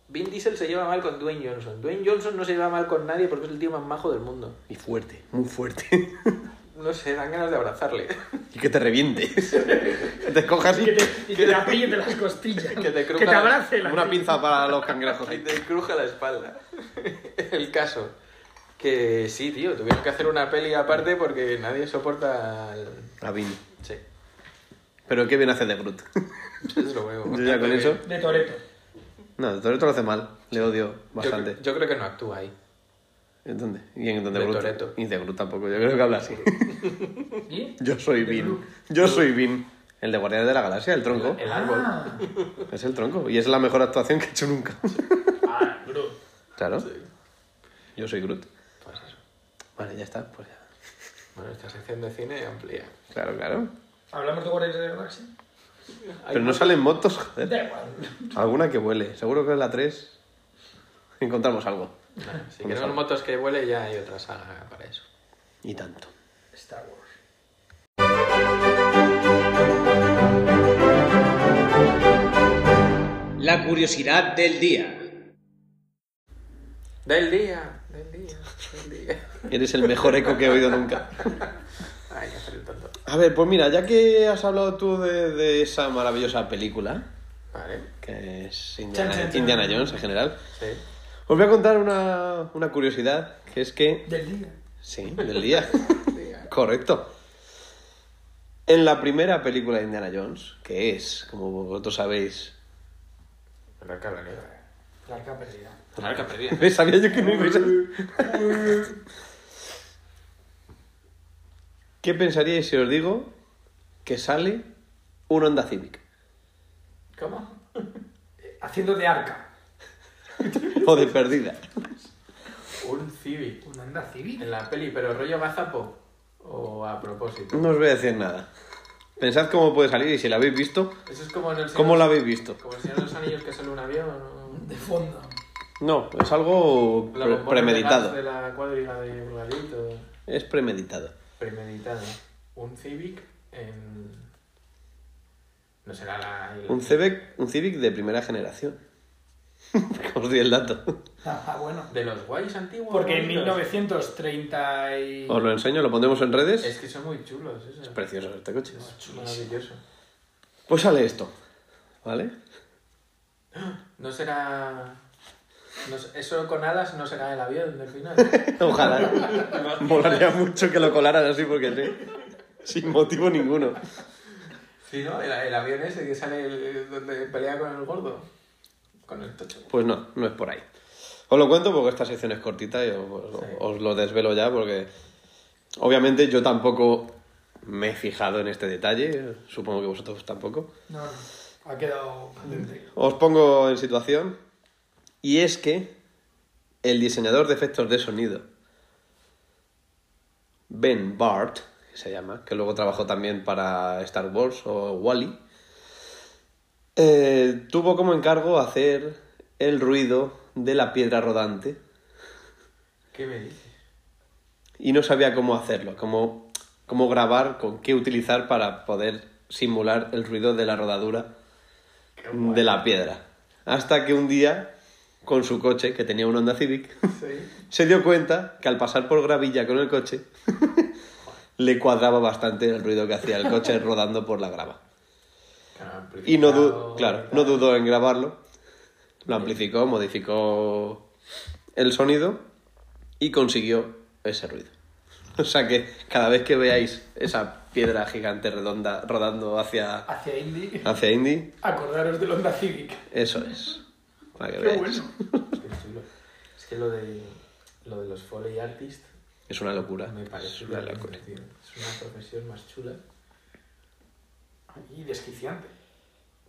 Speaker 5: Vin Diesel se lleva mal con Dwayne Johnson. Dwayne Johnson no se lleva mal con nadie porque es el tío más majo del mundo.
Speaker 2: Y fuerte, muy fuerte.
Speaker 5: No sé, dan ganas de abrazarle.
Speaker 2: y que te revientes. que te cojas
Speaker 8: Y que te, y que te apriete las costillas.
Speaker 5: Que te cruja
Speaker 8: abrace la
Speaker 2: una pinza para los cangrejos.
Speaker 5: Y te cruja la espalda. El caso. Que sí, tío, tuvieron que hacer una peli aparte porque nadie soporta al...
Speaker 2: A Vin.
Speaker 5: Sí,
Speaker 2: Pero qué bien hace de Brut.
Speaker 5: es lo mismo.
Speaker 2: Yo ya con eso.
Speaker 8: De Toreto.
Speaker 2: No, de Toreto lo hace mal. Le odio
Speaker 5: Yo-
Speaker 2: bastante.
Speaker 5: Yo, creo que no actúa ahí.
Speaker 2: ¿En dónde? ¿Y en dónde
Speaker 5: De
Speaker 2: Brut?
Speaker 5: Toretto.
Speaker 2: Y de Brut tampoco. Yo creo que habla así.
Speaker 8: ¿Y?
Speaker 2: Yo soy Vin. Yo soy Vin. El de Guardianes de la Galaxia, el tronco.
Speaker 5: El árbol.
Speaker 8: Ah,
Speaker 2: Es el tronco. Y es la mejor actuación que he hecho nunca. Ah, Claro. Yo soy Groot.
Speaker 5: Pues eso.
Speaker 2: Vale, ya está. Pues ya.
Speaker 5: Bueno, esta sección de cine amplía.
Speaker 2: Claro, claro.
Speaker 8: ¿Hablamos de Guardianes de la Galaxia?
Speaker 2: Pero no salen motos, joder.
Speaker 8: Da igual.
Speaker 2: Alguna que huele. Seguro que en la 3 encontramos algo.
Speaker 5: Nah, si
Speaker 2: No
Speaker 5: queremos
Speaker 2: sale.
Speaker 5: motos que vuele ya hay otra saga para eso.
Speaker 2: Y tanto.
Speaker 8: Star Wars.
Speaker 10: La curiosidad del día.
Speaker 5: Del día, del día, del día.
Speaker 2: Eres el mejor eco que he oído nunca.
Speaker 5: Ay, hacer el tonto.
Speaker 2: A ver, pues mira, ya que has hablado tú de, de esa maravillosa película,
Speaker 5: Vale,
Speaker 2: que es
Speaker 8: Chan, chan,
Speaker 2: Indiana,
Speaker 8: chan.
Speaker 2: Indiana Jones en general,
Speaker 5: sí.
Speaker 2: os voy a contar una, una curiosidad, que es que...
Speaker 8: Del día.
Speaker 2: Sí, del día. Correcto. En la primera película de Indiana Jones, que es, como vosotros sabéis...
Speaker 5: El arca perdida.
Speaker 8: La arca perdida.
Speaker 5: El arca perdida.
Speaker 2: Sabía yo que no ibais a- ¿Qué pensaríais si os digo que sale un Honda Civic?
Speaker 5: ¿Cómo?
Speaker 8: Haciendo de arca.
Speaker 2: O de perdida.
Speaker 5: Un Civic.
Speaker 8: Una anda civil.
Speaker 5: En la peli, pero rollo gazapo. O a propósito.
Speaker 2: No os voy a decir nada. Pensad cómo puede salir y si la habéis visto,
Speaker 5: Eso es como en el Señor-
Speaker 2: ¿cómo la habéis visto?
Speaker 5: Como el Señor de los Anillos que sale un avión. o-
Speaker 8: De fondo.
Speaker 2: No, es algo
Speaker 5: La
Speaker 2: pre-
Speaker 5: bombona
Speaker 2: premeditado.
Speaker 5: De gas de la cuadriga de Burgadito.
Speaker 2: Es premeditado.
Speaker 5: Premeditado. Un Civic en. No será la. el-
Speaker 2: Un Civic, un Civic de primera generación. os di el dato.
Speaker 8: Ah, bueno.
Speaker 5: De los guays antiguos.
Speaker 8: Porque en
Speaker 5: bonitos.
Speaker 8: 1930 y...
Speaker 2: Os lo enseño, lo pondremos en
Speaker 5: Es
Speaker 2: redes.
Speaker 5: que son muy chulos, eso. Es
Speaker 2: Precioso este coche.
Speaker 5: Maravilloso.
Speaker 2: Pues sale esto. ¿Vale?
Speaker 5: No será. no sé- eso con alas no será el avión del final.
Speaker 2: Ojalá. Molaría mucho que lo colaran así porque sí. Sin motivo ninguno.
Speaker 5: sí, ¿no? El, el avión ese que sale el- donde pelea con el gordo. Con el tocho.
Speaker 2: Pues no, no es por ahí. Os lo cuento porque esta sección es cortita y os,
Speaker 5: Sí.
Speaker 2: os lo desvelo ya porque obviamente yo tampoco me he fijado en este detalle, supongo que vosotros tampoco.
Speaker 8: No, no. Ha quedado patente.
Speaker 2: Os pongo en situación y es que el diseñador de efectos de sonido, Ben Bart, que se llama, que luego trabajó también para Star Wars o Wally, tuvo como encargo hacer el ruido de la piedra rodante
Speaker 5: ¿Qué me dices?
Speaker 2: y no sabía cómo hacerlo, cómo, cómo grabar, con qué utilizar para poder simular el ruido de la rodadura de la piedra. Hasta que un día, con su coche, que tenía un Honda Civic, se dio cuenta que al pasar por gravilla con el coche, le cuadraba bastante el ruido que hacía el coche rodando por la grava. Y no, du- claro, no dudó en grabarlo. Lo amplificó, modificó el sonido y consiguió ese ruido. O sea que cada vez que veáis esa piedra gigante redonda rodando hacia,
Speaker 8: Hacia Indy.
Speaker 2: hacia Indy,
Speaker 8: Acordaros del Honda Civic.
Speaker 2: eso es. Para que
Speaker 8: Qué
Speaker 2: veáis.
Speaker 8: bueno.
Speaker 5: Qué chulo. Es que lo de, lo de los Foley Artists
Speaker 2: Es una locura.
Speaker 5: me
Speaker 2: Es
Speaker 5: parece
Speaker 2: una
Speaker 5: una
Speaker 2: locura.
Speaker 5: profesión. Es una profesión más chula.
Speaker 8: Y desquiciante.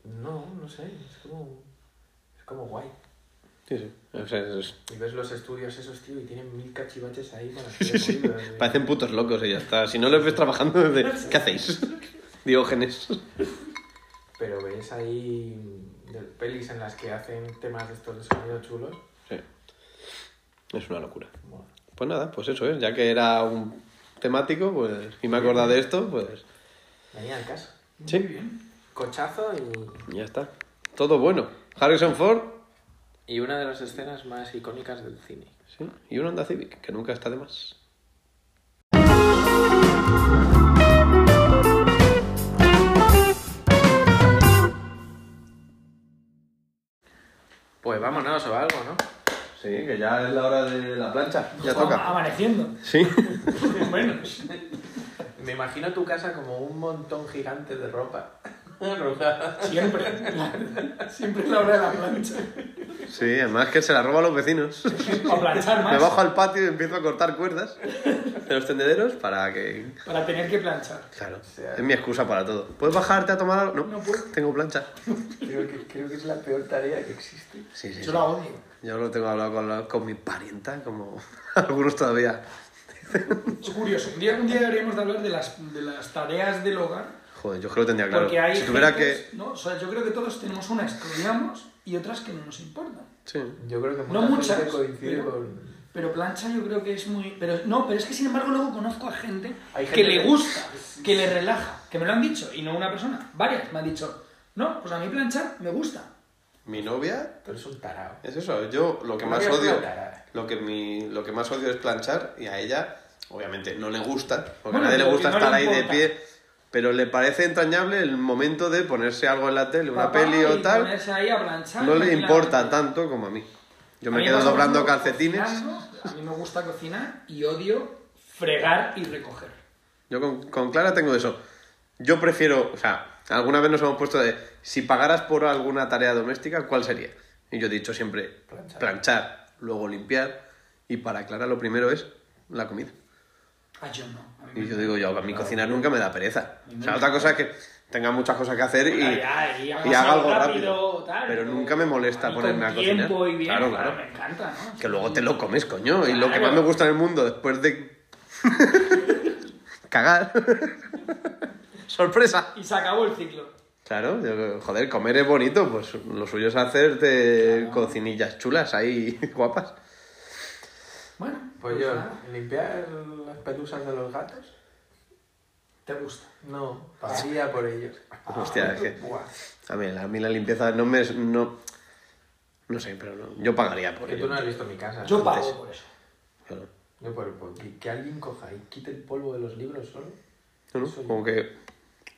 Speaker 5: No, no sé, es como. Es como guay.
Speaker 2: Sí, sí. O sea, es- es-
Speaker 5: Y ves los estudios esos, tío, y tienen mil cachivaches ahí para eh.
Speaker 2: sí, sí. Parecen putos locos y ya está. Si no los ves trabajando, de- ¿qué hacéis? Diógenes.
Speaker 5: Pero ves ahí mm, de- pelis en las que hacen temas de estos de sonido chulos.
Speaker 2: Sí. Es una locura.
Speaker 5: Mola.
Speaker 2: Pues nada, pues eso es. Ya que era un temático, pues, y me he acordado de esto, pues
Speaker 5: Venía al caso.
Speaker 2: Sí.
Speaker 5: Cochazo y...
Speaker 2: ya está. Todo bueno. Harrison Ford
Speaker 5: Y una de las escenas más icónicas del cine.
Speaker 2: sí, y un Honda Civic, que nunca está de más.
Speaker 5: Pues vámonos o algo, ¿no?
Speaker 2: Sí, que ya es la hora de la plancha. Ya
Speaker 8: Está Amaneciendo.
Speaker 2: Sí.
Speaker 11: Bueno,
Speaker 5: Me imagino tu casa como un montón gigante de ropa. Arrugada.
Speaker 8: Siempre. Siempre es la hora de la plancha.
Speaker 2: Sí, además que se la roba a los vecinos.
Speaker 8: Para planchar
Speaker 2: Me
Speaker 8: más.
Speaker 2: bajo al patio y empiezo a cortar cuerdas de los tendederos para que...
Speaker 8: Para tener que planchar.
Speaker 2: Claro,
Speaker 5: sea-
Speaker 2: es mi excusa para todo. ¿Puedes bajarte a tomar algo? No,
Speaker 8: No puedo.
Speaker 2: tengo plancha.
Speaker 5: Creo que, creo que es la peor tarea que existe.
Speaker 2: Sí, sí,
Speaker 8: Yo la odio.
Speaker 2: Yo lo tengo hablado con, la- con mi parienta, como algunos todavía.
Speaker 8: Es curioso. Un día, un día deberíamos de hablar de las, de las tareas del hogar.
Speaker 2: Joder, yo creo que tendría claro.
Speaker 8: Porque hay
Speaker 2: si tuviera
Speaker 8: gentes,
Speaker 2: que...
Speaker 8: ¿no? O sea, yo creo que todos tenemos unas que odiamos y otras que no nos importan.
Speaker 2: Sí.
Speaker 5: Yo creo que
Speaker 8: No
Speaker 5: mucha
Speaker 8: muchas,
Speaker 5: gente coincide
Speaker 8: pero-
Speaker 5: con...
Speaker 8: Pero plancha yo creo que es muy... Pero, no, pero es que sin embargo luego conozco a gente,
Speaker 5: Hay
Speaker 8: que
Speaker 5: gente
Speaker 8: le
Speaker 5: que-
Speaker 8: gusta, que le relaja, que me lo han dicho, y no una persona, varias me han dicho, no, pues a mí planchar me gusta.
Speaker 2: Mi novia
Speaker 5: Tú eres un tarao.
Speaker 2: es eso. Yo lo que
Speaker 5: Mi
Speaker 2: más
Speaker 5: novia es una
Speaker 2: odio...
Speaker 5: tarada.
Speaker 2: Lo que, mi, lo que más odio es planchar y a ella, obviamente, no le gusta. Porque
Speaker 8: Bueno,
Speaker 2: a nadie le
Speaker 8: porque
Speaker 2: gusta
Speaker 8: no le
Speaker 2: estar ahí de
Speaker 8: importa.
Speaker 2: pie. Pero le parece entrañable el momento de ponerse algo en la tele, una
Speaker 8: Papá,
Speaker 2: peli o
Speaker 8: y
Speaker 2: tal.
Speaker 8: ponerse ahí a planchar,
Speaker 2: No le
Speaker 8: tranquilamente.
Speaker 2: importa tanto como a mí. Yo
Speaker 8: A
Speaker 2: me
Speaker 8: mí
Speaker 2: quedo
Speaker 8: pasa
Speaker 2: doblando
Speaker 8: mucho
Speaker 2: calcetines.
Speaker 8: cocinando, A mí me gusta cocinar y odio fregar y recoger.
Speaker 2: Yo con, con Clara tengo eso. Yo prefiero, o sea, alguna vez nos hemos puesto de, si pagaras por alguna tarea doméstica, ¿cuál sería? Y yo he dicho siempre, planchar,
Speaker 5: Planchar.
Speaker 2: luego limpiar. Y para Clara lo primero es la comida.
Speaker 8: Ah, yo no. A mí me
Speaker 2: Y yo digo, yo, a mí cocinar nunca me da pereza. O sea,
Speaker 8: Nunca.
Speaker 2: otra cosa es que tenga muchas cosas que hacer y,
Speaker 8: Ya, ya, y hagas
Speaker 2: y haga
Speaker 8: algo
Speaker 2: algo
Speaker 8: rápido,
Speaker 2: rápido.
Speaker 8: tal,
Speaker 2: pero
Speaker 8: pero
Speaker 2: nunca me molesta
Speaker 8: y
Speaker 2: ponerme a
Speaker 8: con
Speaker 2: cocinar.
Speaker 8: tiempo y bien,
Speaker 2: claro,
Speaker 8: claro,
Speaker 2: claro.
Speaker 8: me encanta, ¿no?
Speaker 2: Que luego te lo comes, coño. Y lo que
Speaker 8: Claro.
Speaker 2: más me gusta en el mundo después de. cagar. ¡Sorpresa!
Speaker 8: Y se acabó el ciclo.
Speaker 2: Claro, yo- joder, comer es bonito, pues lo suyo es hacerte cocinillas chulas ahí, guapas.
Speaker 8: Bueno,
Speaker 5: Pues yo,
Speaker 8: nada,
Speaker 5: limpiar las pelusas de los gatos.
Speaker 8: te gusta.
Speaker 5: No, pasaría por ellos.
Speaker 2: Hostia, es que. A mí, a mí la limpieza no me. es- No, no sé, pero no. Yo pagaría por
Speaker 5: Porque
Speaker 2: ello.
Speaker 5: tú no has visto mi casa.
Speaker 8: Yo
Speaker 5: ¿no?
Speaker 8: pago por eso.
Speaker 2: Claro.
Speaker 5: Yo por, por- que, que alguien coja y quite el polvo de los libros solo.
Speaker 2: No, no,
Speaker 5: Eso yo.
Speaker 2: como que.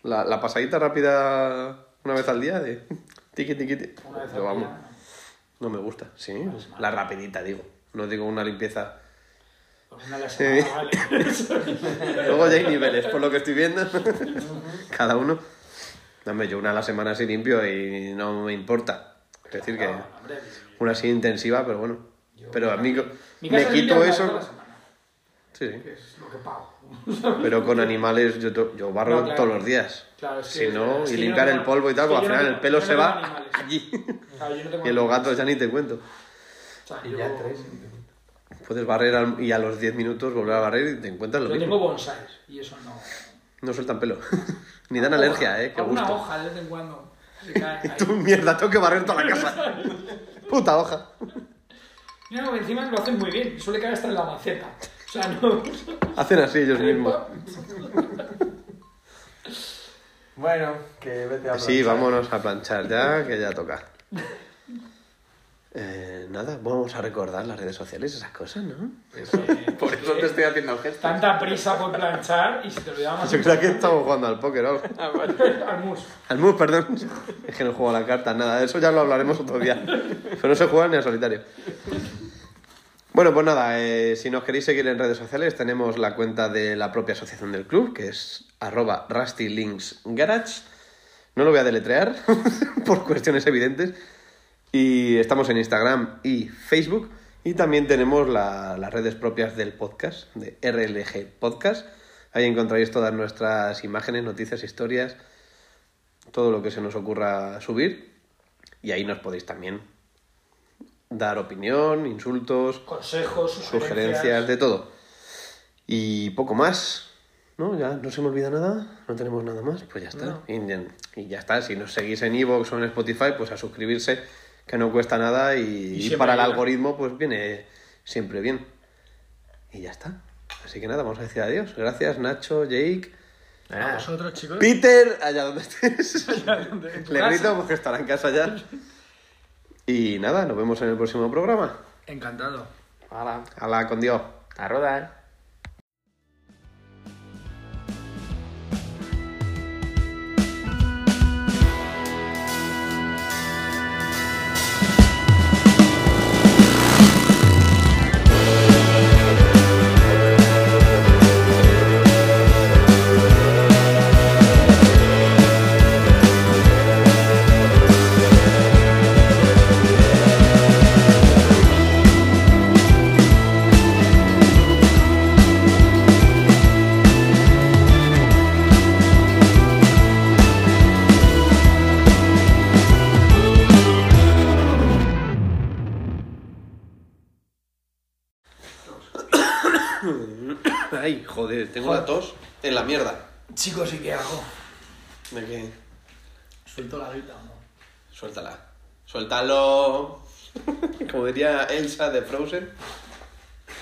Speaker 2: La, la pasadita rápida una vez al día de. Tiqui, tiqui, tiqui.
Speaker 8: Una vez
Speaker 2: Yo,
Speaker 8: al día,
Speaker 2: vamos. No me gusta, sí. La rapidita, digo. No digo una limpieza.
Speaker 8: pues una a la semana,
Speaker 2: Sí.
Speaker 8: vale.
Speaker 2: Luego ya hay niveles, por lo que estoy viendo. Cada uno. No, hombre, yo una a la semana así limpio y no me importa. Es decir, que
Speaker 8: No, hombre,
Speaker 2: una así intensiva, pero bueno. Pero a mí co-
Speaker 8: mi
Speaker 2: me
Speaker 8: casa
Speaker 2: quito
Speaker 8: limpia una vez a la
Speaker 2: eso.
Speaker 8: semana,
Speaker 2: Sí, sí.
Speaker 8: que es lo que pago.
Speaker 2: Pero con animales yo, to- yo barro
Speaker 8: No, claro.
Speaker 2: todos los días.
Speaker 8: Claro, es que-
Speaker 2: si no,
Speaker 8: es
Speaker 2: y
Speaker 8: que yo
Speaker 2: limpiar
Speaker 8: no
Speaker 2: el
Speaker 8: tengo-
Speaker 2: polvo y tal,
Speaker 8: es que
Speaker 2: pues al
Speaker 8: yo no
Speaker 2: final el
Speaker 8: tengo-
Speaker 2: pelo
Speaker 8: yo no
Speaker 2: se
Speaker 8: tengo
Speaker 2: va
Speaker 8: animales.
Speaker 2: allí.
Speaker 8: Claro, yo no tengo
Speaker 2: Y los
Speaker 8: animales.
Speaker 2: gatos ya ni te cuento.
Speaker 8: O sea,
Speaker 5: Y
Speaker 8: yo-
Speaker 5: ya tres.
Speaker 2: Puedes barrer al- y a los 10 minutos volver a barrer y te encuentras lo
Speaker 8: Yo tengo
Speaker 2: mismo.
Speaker 8: bonsáis y eso no.
Speaker 2: No sueltan pelo. Ni dan alergia, eh. Qué
Speaker 8: Alguna
Speaker 2: gusto.
Speaker 8: hoja de vez en cuando se cae ahí.
Speaker 2: Tú, mierda, tengo que barrer toda la casa. Puta hoja.
Speaker 8: Mira, como encima lo hacen muy bien, suele caer hasta en la maceta. O sea, no.
Speaker 2: Hacen así ellos mismos.
Speaker 5: Bueno, que vete a
Speaker 2: Sí,
Speaker 5: planchar.
Speaker 2: vámonos a planchar ya, que ya toca. Eh, nada, vamos a recordar las redes sociales, esas cosas, ¿no?
Speaker 8: Por eso te estoy haciendo gestos. Tanta prisa por planchar y si te olvidamos
Speaker 2: Ah, Yo creo que estamos jugando al póker o algo.
Speaker 8: al mus.
Speaker 2: Al mus, perdón. Es que no juego a la carta, nada. Eso ya lo hablaremos otro día. Pero no se juega ni a solitario. Bueno, pues nada, eh, si nos queréis seguir en redes sociales, tenemos la cuenta de la propia asociación del club, que es arroba rustylinksgarage. No lo voy a deletrear por cuestiones evidentes. Y estamos en Instagram y Facebook. Y también tenemos la- las redes propias del podcast, de RLG Podcast. Ahí encontraréis todas nuestras imágenes, noticias, historias, todo lo que se nos ocurra subir. Y ahí nos podéis también dar opinión, insultos,
Speaker 8: Consejos,
Speaker 2: sugerencias, de todo. Y poco más. ¿No? Ya no se me olvida nada, no tenemos nada más, pues ya está.
Speaker 8: No.
Speaker 2: Y, y ya está. Si nos seguís en Evox o en Spotify, pues a suscribirse, que no cuesta nada y, y
Speaker 8: siempre
Speaker 2: para el
Speaker 8: viene.
Speaker 2: algoritmo, pues viene siempre bien. Y ya está. Así que nada, vamos a decir adiós. Gracias, Nacho, Jake, Eh.
Speaker 8: A vosotros, chicos.
Speaker 2: Peter, allá donde estés.
Speaker 8: en tu
Speaker 2: Le
Speaker 8: casa.
Speaker 2: grito porque estará en casa ya. Y nada, nos vemos en el próximo programa.
Speaker 8: Encantado.
Speaker 5: Hala,
Speaker 2: Hala, con Dios.
Speaker 5: a rodar.
Speaker 2: Ay, joder, tengo
Speaker 8: Joder.
Speaker 2: la tos en la mierda.
Speaker 8: Chicos, ¿y qué hago?
Speaker 2: ¿De qué?
Speaker 8: ¿Suelto la grita o no?
Speaker 2: Suéltala. Suéltalo. Como diría Elsa de Frozen.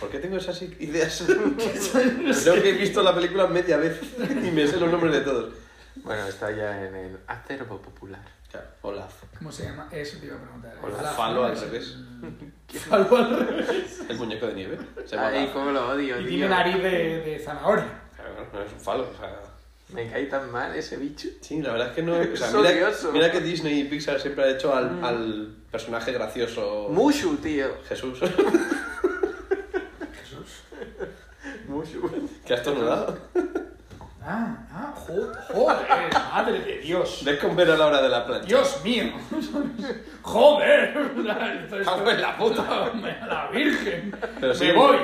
Speaker 2: ¿Por qué tengo esas ideas? Creo que he visto la película media vez y me sé los nombres de todos.
Speaker 5: Bueno, está ya en el acervo popular.
Speaker 2: Claro, Olaf.
Speaker 8: ¿Cómo se llama? Eso te iba a preguntar.
Speaker 2: Hola,
Speaker 8: Hola,
Speaker 2: falo al
Speaker 8: es el-
Speaker 2: revés.
Speaker 8: Falo al revés.
Speaker 2: El muñeco de nieve. Se llama
Speaker 5: Ay,
Speaker 2: Olaf.
Speaker 5: cómo lo odio,
Speaker 8: Y
Speaker 5: tío.
Speaker 8: tiene nariz de, de zanahoria.
Speaker 2: Claro, no es un falo. O sea...
Speaker 5: Me cae tan mal ese bicho.
Speaker 2: Sí, la verdad es que no. O sea,
Speaker 5: Es
Speaker 2: mira,
Speaker 5: odioso. Mm.
Speaker 2: mira que Disney y Pixar siempre ha hecho al, al personaje gracioso
Speaker 5: Mushu, tío.
Speaker 2: Jesús.
Speaker 5: Mushu.
Speaker 2: ¿Qué has tornado?
Speaker 8: Ah, ah, jo- joder, madre de Dios.
Speaker 2: De comer a la hora de la plancha.
Speaker 8: Dios mío. Joder. Esto es-
Speaker 2: Cago en la puta.
Speaker 8: Hombre, a la virgen.
Speaker 2: Pero sí,
Speaker 8: Me voy.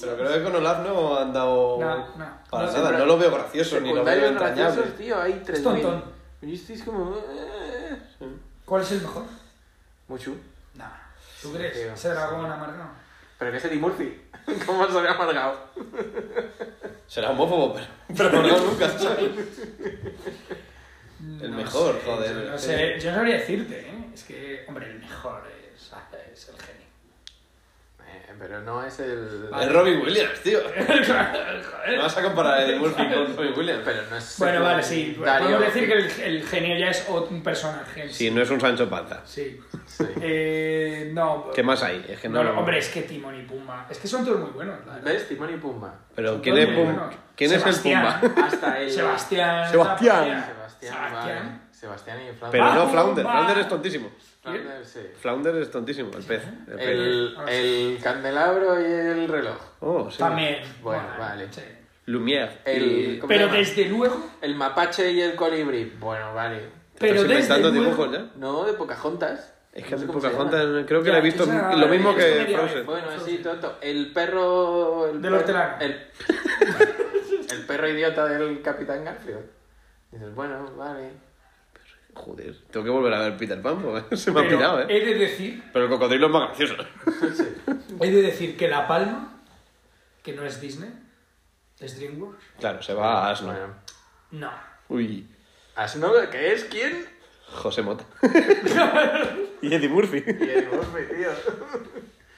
Speaker 2: Pero creo que con Olaf no han dado.
Speaker 8: No, no.
Speaker 2: Para nada,
Speaker 8: No,
Speaker 5: siempre-
Speaker 2: no lo veo gracioso ni lo veo
Speaker 5: Secundarios graciosos,
Speaker 2: entrañable.
Speaker 5: tío. Hay
Speaker 8: Es
Speaker 5: 3.000.
Speaker 8: tontón.
Speaker 5: Y estáis como... eh,
Speaker 8: ¿Cuál es el mejor?
Speaker 5: Mushu.
Speaker 8: Nada. ¿Tú crees?
Speaker 5: tío.
Speaker 8: Ese dragón amargado.
Speaker 5: Pero que es Eddie Murphy. ¿Cómo se había amargado?
Speaker 2: Será homófobo, pero, pero por Dios nunca, ¿sabes? El
Speaker 8: No
Speaker 2: mejor,
Speaker 8: sé,
Speaker 2: joder.
Speaker 8: Yo no, sé, yo no sabría decirte, ¿eh? Es que, hombre, el mejor es, es el genio.
Speaker 5: Eh, pero no es el...
Speaker 2: Es Robbie Williams, tío.
Speaker 8: Joder.
Speaker 2: No vas a comparar el Murphy con Robbie Williams.
Speaker 5: Pero no es...
Speaker 8: Bueno, vale, sí.
Speaker 5: Dario.
Speaker 8: Podemos decir que el, el genio ya es ot- un personaje. en
Speaker 2: Sí, no es un Sancho Panza.
Speaker 8: Sí.
Speaker 5: Sí.
Speaker 8: Eh, no.
Speaker 2: ¿Qué más hay? Es que
Speaker 8: no,
Speaker 2: no.
Speaker 8: no, hombre, es que Timón y Pumba. Es que son todos muy buenos. la verdad.
Speaker 5: ¿Ves? Timón y Pumba.
Speaker 2: Pero
Speaker 8: Son
Speaker 2: ¿quién
Speaker 8: todos
Speaker 2: es,
Speaker 8: muy
Speaker 2: Pum-
Speaker 8: buenos.
Speaker 2: ¿quién es el
Speaker 8: Sebastián.
Speaker 2: Pumba?
Speaker 5: Hasta el...
Speaker 8: Sebastián.
Speaker 2: Sebastián.
Speaker 5: Sebastián.
Speaker 8: Sebastián.
Speaker 5: vale. Sebastián y Flanders.
Speaker 2: Pero
Speaker 8: Va,
Speaker 2: no Flounder,
Speaker 8: va.
Speaker 2: Flounder es tontísimo.
Speaker 5: Flanders, sí.
Speaker 2: Flounder es tontísimo, el pez. el pez.
Speaker 5: El,
Speaker 8: Ah,
Speaker 5: el candelabro y el reloj.
Speaker 2: Oh, sí.
Speaker 8: También.
Speaker 5: Bueno, vale.
Speaker 8: sí.
Speaker 2: Lumière.
Speaker 5: El, ¿cómo
Speaker 8: Pero
Speaker 5: se llama?
Speaker 8: desde luego.
Speaker 5: el mapache y el colibrí. Bueno, vale.
Speaker 8: Pero
Speaker 2: Estás
Speaker 8: desde
Speaker 2: inventando
Speaker 8: luego.
Speaker 2: dibujos ya.
Speaker 5: No, de Pocahontas.
Speaker 2: Es que
Speaker 5: No sé
Speaker 2: hace
Speaker 5: cómo se
Speaker 2: poca
Speaker 5: llama.
Speaker 2: creo que
Speaker 8: Ya,
Speaker 2: la he visto
Speaker 8: esa-
Speaker 2: lo mismo
Speaker 8: es
Speaker 2: que
Speaker 8: media
Speaker 2: Frozen.
Speaker 8: vez.
Speaker 5: Bueno, sí, tonto. El perro. El
Speaker 8: Del
Speaker 5: perro-
Speaker 8: hortelano.
Speaker 5: El, el perro idiota del Capitán Garfield. Dices, bueno, vale.
Speaker 2: Joder, tengo que volver a ver Peter Pan, porque se me ha
Speaker 8: pero
Speaker 2: pirado, ¿eh?
Speaker 8: He de decir.
Speaker 2: Pero el cocodrilo es más gracioso.
Speaker 8: He de decir que La Palma, que no es Disney, es DreamWorks.
Speaker 2: Claro, se va a Asno.
Speaker 5: Bueno.
Speaker 8: No.
Speaker 2: Uy,
Speaker 5: ¿Asno que es? ¿Quién?
Speaker 2: José Mota. y Eddie Murphy.
Speaker 5: Y el golpe, tío.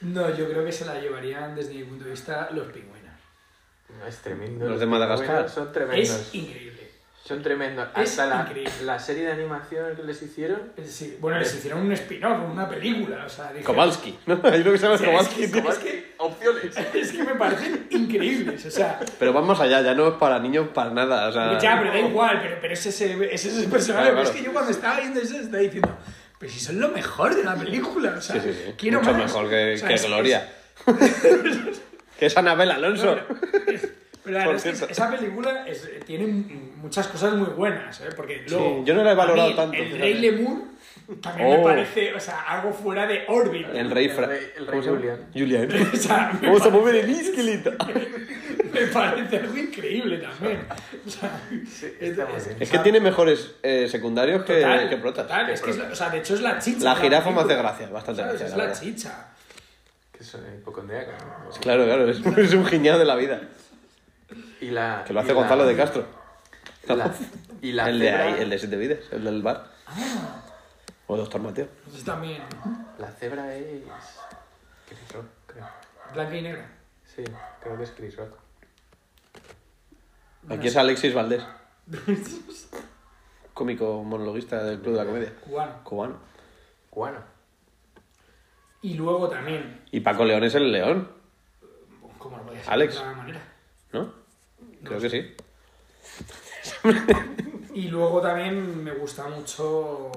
Speaker 8: No, yo creo que se la llevarían desde mi punto de vista los pingüinos.
Speaker 5: No, es tremendo.
Speaker 2: Los de Madagascar.
Speaker 5: Bueno, son tremendos.
Speaker 8: Es increíble.
Speaker 5: Son tremendos.
Speaker 8: es
Speaker 5: Hasta la,
Speaker 8: increíble.
Speaker 5: la serie de animación que les hicieron.
Speaker 8: Es decir, bueno, les hicieron un spin-off, una película, o sea, dije,
Speaker 2: Kowalski. ¿no? Ahí lo que se llama es
Speaker 8: Sí,
Speaker 2: Kowalski,
Speaker 8: es que-
Speaker 2: tío.
Speaker 8: es
Speaker 5: que opciones.
Speaker 8: Es que me parecen increíbles, o sea,
Speaker 2: Pero vamos allá, ya no es para niños para nada. O sea,
Speaker 8: ya, pero da igual, pero, pero es, ese, es ese personaje.
Speaker 2: Ah. Claro,
Speaker 8: pero Es
Speaker 2: claro.
Speaker 8: que yo cuando estaba viendo eso estaba diciendo, pero si son lo mejor de la película, o sea,
Speaker 2: Sí, sí, sí.
Speaker 8: quiero
Speaker 2: Mucho
Speaker 8: más.
Speaker 2: mejor que,
Speaker 8: O sea,
Speaker 2: que
Speaker 8: es- es-
Speaker 2: Gloria. que es Anabel Alonso.
Speaker 8: Pero la
Speaker 2: Por
Speaker 8: verdad es que
Speaker 2: cierto.
Speaker 8: esa película es- tiene m- muchas cosas muy buenas, ¿eh? Porque luego,
Speaker 2: yo no la he
Speaker 8: a
Speaker 2: valorado
Speaker 8: mí
Speaker 2: tanto,
Speaker 8: El
Speaker 2: fíjate.
Speaker 8: Rey Lemur también
Speaker 2: Oh.
Speaker 8: me parece, o sea, algo fuera de órbita.
Speaker 2: El rey, Oh, Fra-
Speaker 5: El rey- el
Speaker 2: ¿cómo
Speaker 5: rey
Speaker 2: se llama?
Speaker 5: Julián.
Speaker 2: Julián.
Speaker 8: O sea, me
Speaker 2: Vamos a
Speaker 8: parece-
Speaker 2: mover el esqueleto.
Speaker 8: Me parece algo increíble también. O sea,
Speaker 5: está muy bien.
Speaker 2: Es que tiene mejores eh, secundarios que,
Speaker 8: total,
Speaker 2: que protas.
Speaker 8: total, es que es la- o sea, de hecho es la chicha.
Speaker 2: La
Speaker 8: de
Speaker 2: jirafa me
Speaker 8: película,
Speaker 2: hace gracia, bastante
Speaker 8: ¿sabes?
Speaker 2: gracia,
Speaker 8: Es
Speaker 2: la
Speaker 8: la
Speaker 2: verdad.
Speaker 8: chicha.
Speaker 5: que soy hipocondríaco. ¿no?
Speaker 2: Claro, claro, es, es un guiñado de la vida.
Speaker 5: Y la,
Speaker 2: Que lo
Speaker 5: y
Speaker 2: hace
Speaker 5: la-
Speaker 2: Gonzalo de Castro.
Speaker 5: la- y la
Speaker 2: el, de
Speaker 5: cebra- Ah.
Speaker 2: ahí, el de Siete Vidas, el del bar. O Doctor Mateo.
Speaker 8: Eso también.
Speaker 5: La cebra es. Chris Rock, creo.
Speaker 8: Blanca y negra.
Speaker 5: Sí, creo que es Chris Rock. Ah.
Speaker 2: Aquí es Alexis Valdés. Cómico monologuista del Club de la Comedia.
Speaker 8: Cubano.
Speaker 2: Cubano.
Speaker 5: Cubano.
Speaker 8: Y luego también.
Speaker 2: Y Paco León es el león,
Speaker 8: ¿Cómo lo podía ser
Speaker 2: Alex.
Speaker 8: de otra manera?
Speaker 2: ¿no? Creo que sí.
Speaker 8: Y luego también me gusta mucho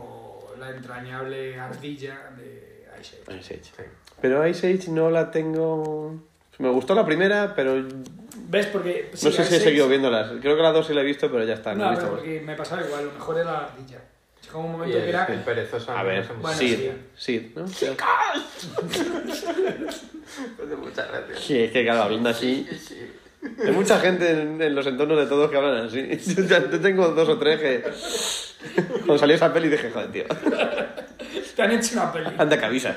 Speaker 8: la entrañable ardilla de Ice Age.
Speaker 2: Ice Age.
Speaker 5: Sí.
Speaker 2: Pero Ice Age no la tengo. Me gustó la primera, pero no
Speaker 8: ¿Ves? Porque. sí,
Speaker 2: sé si
Speaker 8: Ice
Speaker 2: he
Speaker 8: Age-
Speaker 2: seguido viéndolas. Creo que la dos sí la he visto, pero ya está. No,
Speaker 8: No,
Speaker 2: he
Speaker 8: pero
Speaker 2: visto más.
Speaker 8: porque me pasaba igual, lo mejor era la ardilla. Llegaba un
Speaker 5: Y
Speaker 8: momento que
Speaker 5: el,
Speaker 8: era.
Speaker 5: el perezoso.
Speaker 2: A ver,
Speaker 5: no
Speaker 8: Bueno,
Speaker 2: Sid.
Speaker 8: sí.
Speaker 2: Sid, ¿no?
Speaker 5: hace muchas gracias.
Speaker 2: Sí, es que claro, hablando así. Hay mucha gente en, en los entornos de todos que hablan así. Yo, yo tengo dos o tres que. Cuando salió esa peli dije, joder, tío,
Speaker 8: Te han hecho una peli.
Speaker 2: anda que avisas.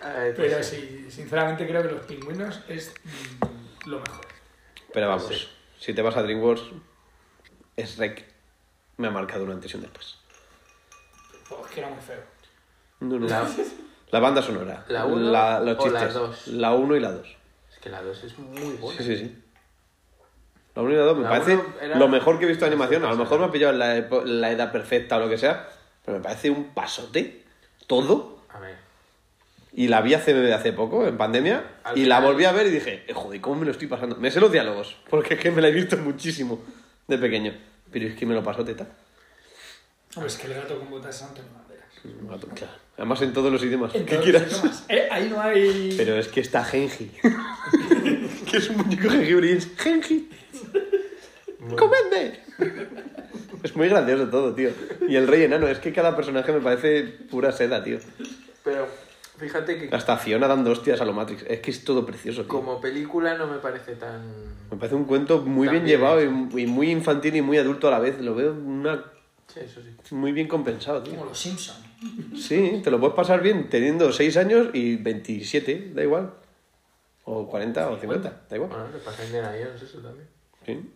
Speaker 5: Ay, pues
Speaker 8: Pero sí, sinceramente creo que los pingüinos es mm, lo mejor.
Speaker 2: Pero vamos,
Speaker 5: Sí.
Speaker 2: si te vas a DreamWorks, es rec. Me ha marcado un antes y un después.
Speaker 8: Oh, es que era muy feo.
Speaker 2: No, no.
Speaker 5: La,
Speaker 2: La, banda sonora.
Speaker 5: ¿La uno
Speaker 2: los
Speaker 5: o las
Speaker 2: chistes.
Speaker 5: dos?
Speaker 2: La 1 y la 2.
Speaker 5: es que la 2 es muy buena.
Speaker 2: Sí, sí, sí. La 1 y la 2 me
Speaker 5: La
Speaker 2: parece
Speaker 5: uno era-
Speaker 2: lo mejor que he visto de animación. A lo mejor me ha pillado en la, epo- la edad perfecta o lo que sea, pero me parece un pasote. Todo.
Speaker 5: A ver.
Speaker 2: Y la vi hace, hace poco, en pandemia,
Speaker 5: Al
Speaker 2: y la
Speaker 5: final-
Speaker 2: volví a ver y dije, "Eh, joder, ¿cómo me lo estoy pasando? Me sé los diálogos, porque es que me la he visto muchísimo de pequeño. Pero es que me lo pasó teta.
Speaker 8: Hombre, es que el gato con botas es Antonio Banderas.
Speaker 2: Además en todos los idiomas
Speaker 8: En
Speaker 2: que
Speaker 8: todos
Speaker 2: quieras.
Speaker 8: los idiomas. Eh, ahí no hay.
Speaker 2: Pero es que está Genji. que es un muñeco jengibre y es Genji. ¡Comedme! es muy gracioso todo, tío. Y el rey enano, es que cada personaje me parece pura seda, tío.
Speaker 5: Pero fíjate que
Speaker 2: Hasta Fiona dando hostias a lo Matrix. Es que es todo precioso, tío.
Speaker 5: como película no me parece tan.
Speaker 2: Me parece un cuento muy
Speaker 5: También
Speaker 2: bien llevado y, y muy infantil y muy adulto a la vez. Lo veo una-
Speaker 5: Sí, eso sí.
Speaker 2: muy bien compensado,
Speaker 8: Como
Speaker 2: tío.
Speaker 8: los Simpsons.
Speaker 2: Sí, te lo puedes pasar bien teniendo 6 años y 27, da igual. O 40 o 50, da igual.
Speaker 5: Bueno, le pasa a Indiana Jones eso también.
Speaker 2: Sí.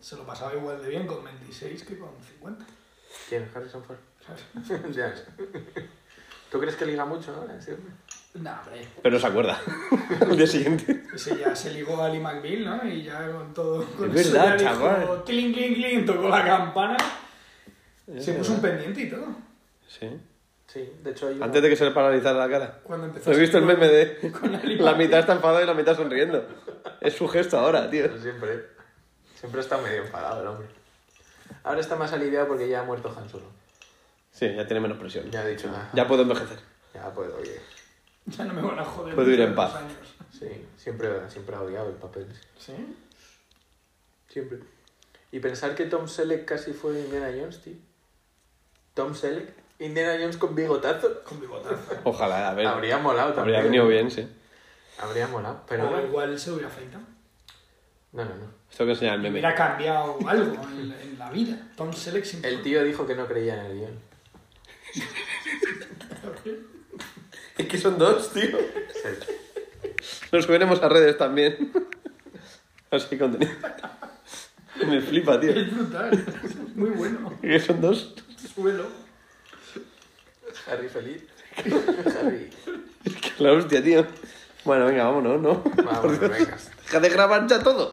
Speaker 8: Se lo pasaba igual de bien con 26 que con 50.
Speaker 5: ¿Quién? Harrison Ford.
Speaker 8: ¿sabes?
Speaker 5: Ya sé. ¿Tú crees que liga mucho ahora? Sí, hombre.
Speaker 8: Nah, hombre.
Speaker 2: Pero se acuerda. Al día siguiente.
Speaker 8: Ese ya se ligó a Lee McBeal, ¿no? Y ya con todo. Con
Speaker 2: Es verdad,
Speaker 8: ya dijo,
Speaker 2: chaval.
Speaker 8: Cling, cling, cling, tocó la campana. se puso un pendiente y todo.
Speaker 2: Sí.
Speaker 5: Sí, de hecho hay una-
Speaker 2: Antes de que se le paralizara la cara.
Speaker 8: Cuando empezó.
Speaker 2: He
Speaker 8: a-
Speaker 2: visto el meme de
Speaker 8: con la lima.
Speaker 2: la mitad está enfadado y la mitad sonriendo. Es su gesto ahora, tío.
Speaker 5: Pero Siempre, siempre está medio enfadado el hombre. Ahora está más aliviado porque ya ha muerto Han Solo.
Speaker 2: Sí, ya tiene menos presión.
Speaker 5: Ya ha dicho, ah,
Speaker 2: Ya puedo envejecer.
Speaker 5: ya puedo ir.
Speaker 8: Ya no me van a joder.
Speaker 2: Puedo ir en
Speaker 8: mucho los
Speaker 2: paz.
Speaker 8: años.
Speaker 5: Sí, siempre, siempre ha odiado el papel.
Speaker 8: ¿Sí?
Speaker 5: Siempre. Y pensar que Tom Selleck casi fue Indiana Jones, tío. Tom Selleck, Indiana Jones con bigotazo.
Speaker 8: Con bigotazo.
Speaker 2: Ojalá, a ver. Eh, Habría,
Speaker 5: Habría molado también.
Speaker 2: venido bien, sí.
Speaker 5: Habría molado,
Speaker 8: Pero
Speaker 5: pero Ah, bueno.
Speaker 8: igual se hubiera afeitado.
Speaker 5: No, no, no.
Speaker 2: Esto que enseñar el meme.
Speaker 8: Hubiera cambiado algo en, en la vida. Tom Selleck sin
Speaker 5: El tío dijo que no creía en el guión.
Speaker 2: Es que son dos, tío.
Speaker 5: Sí.
Speaker 2: Los subiremos a redes también. Así que contenido. Me flipa, tío.
Speaker 8: Es brutal. Muy bueno.
Speaker 2: Que son dos.
Speaker 8: Suelo.
Speaker 5: Harry feliz. Harry.
Speaker 2: La hostia, tío. Bueno, venga, vámonos, ¿no?
Speaker 5: Vamos, venga.
Speaker 2: Deja de grabar ya todo.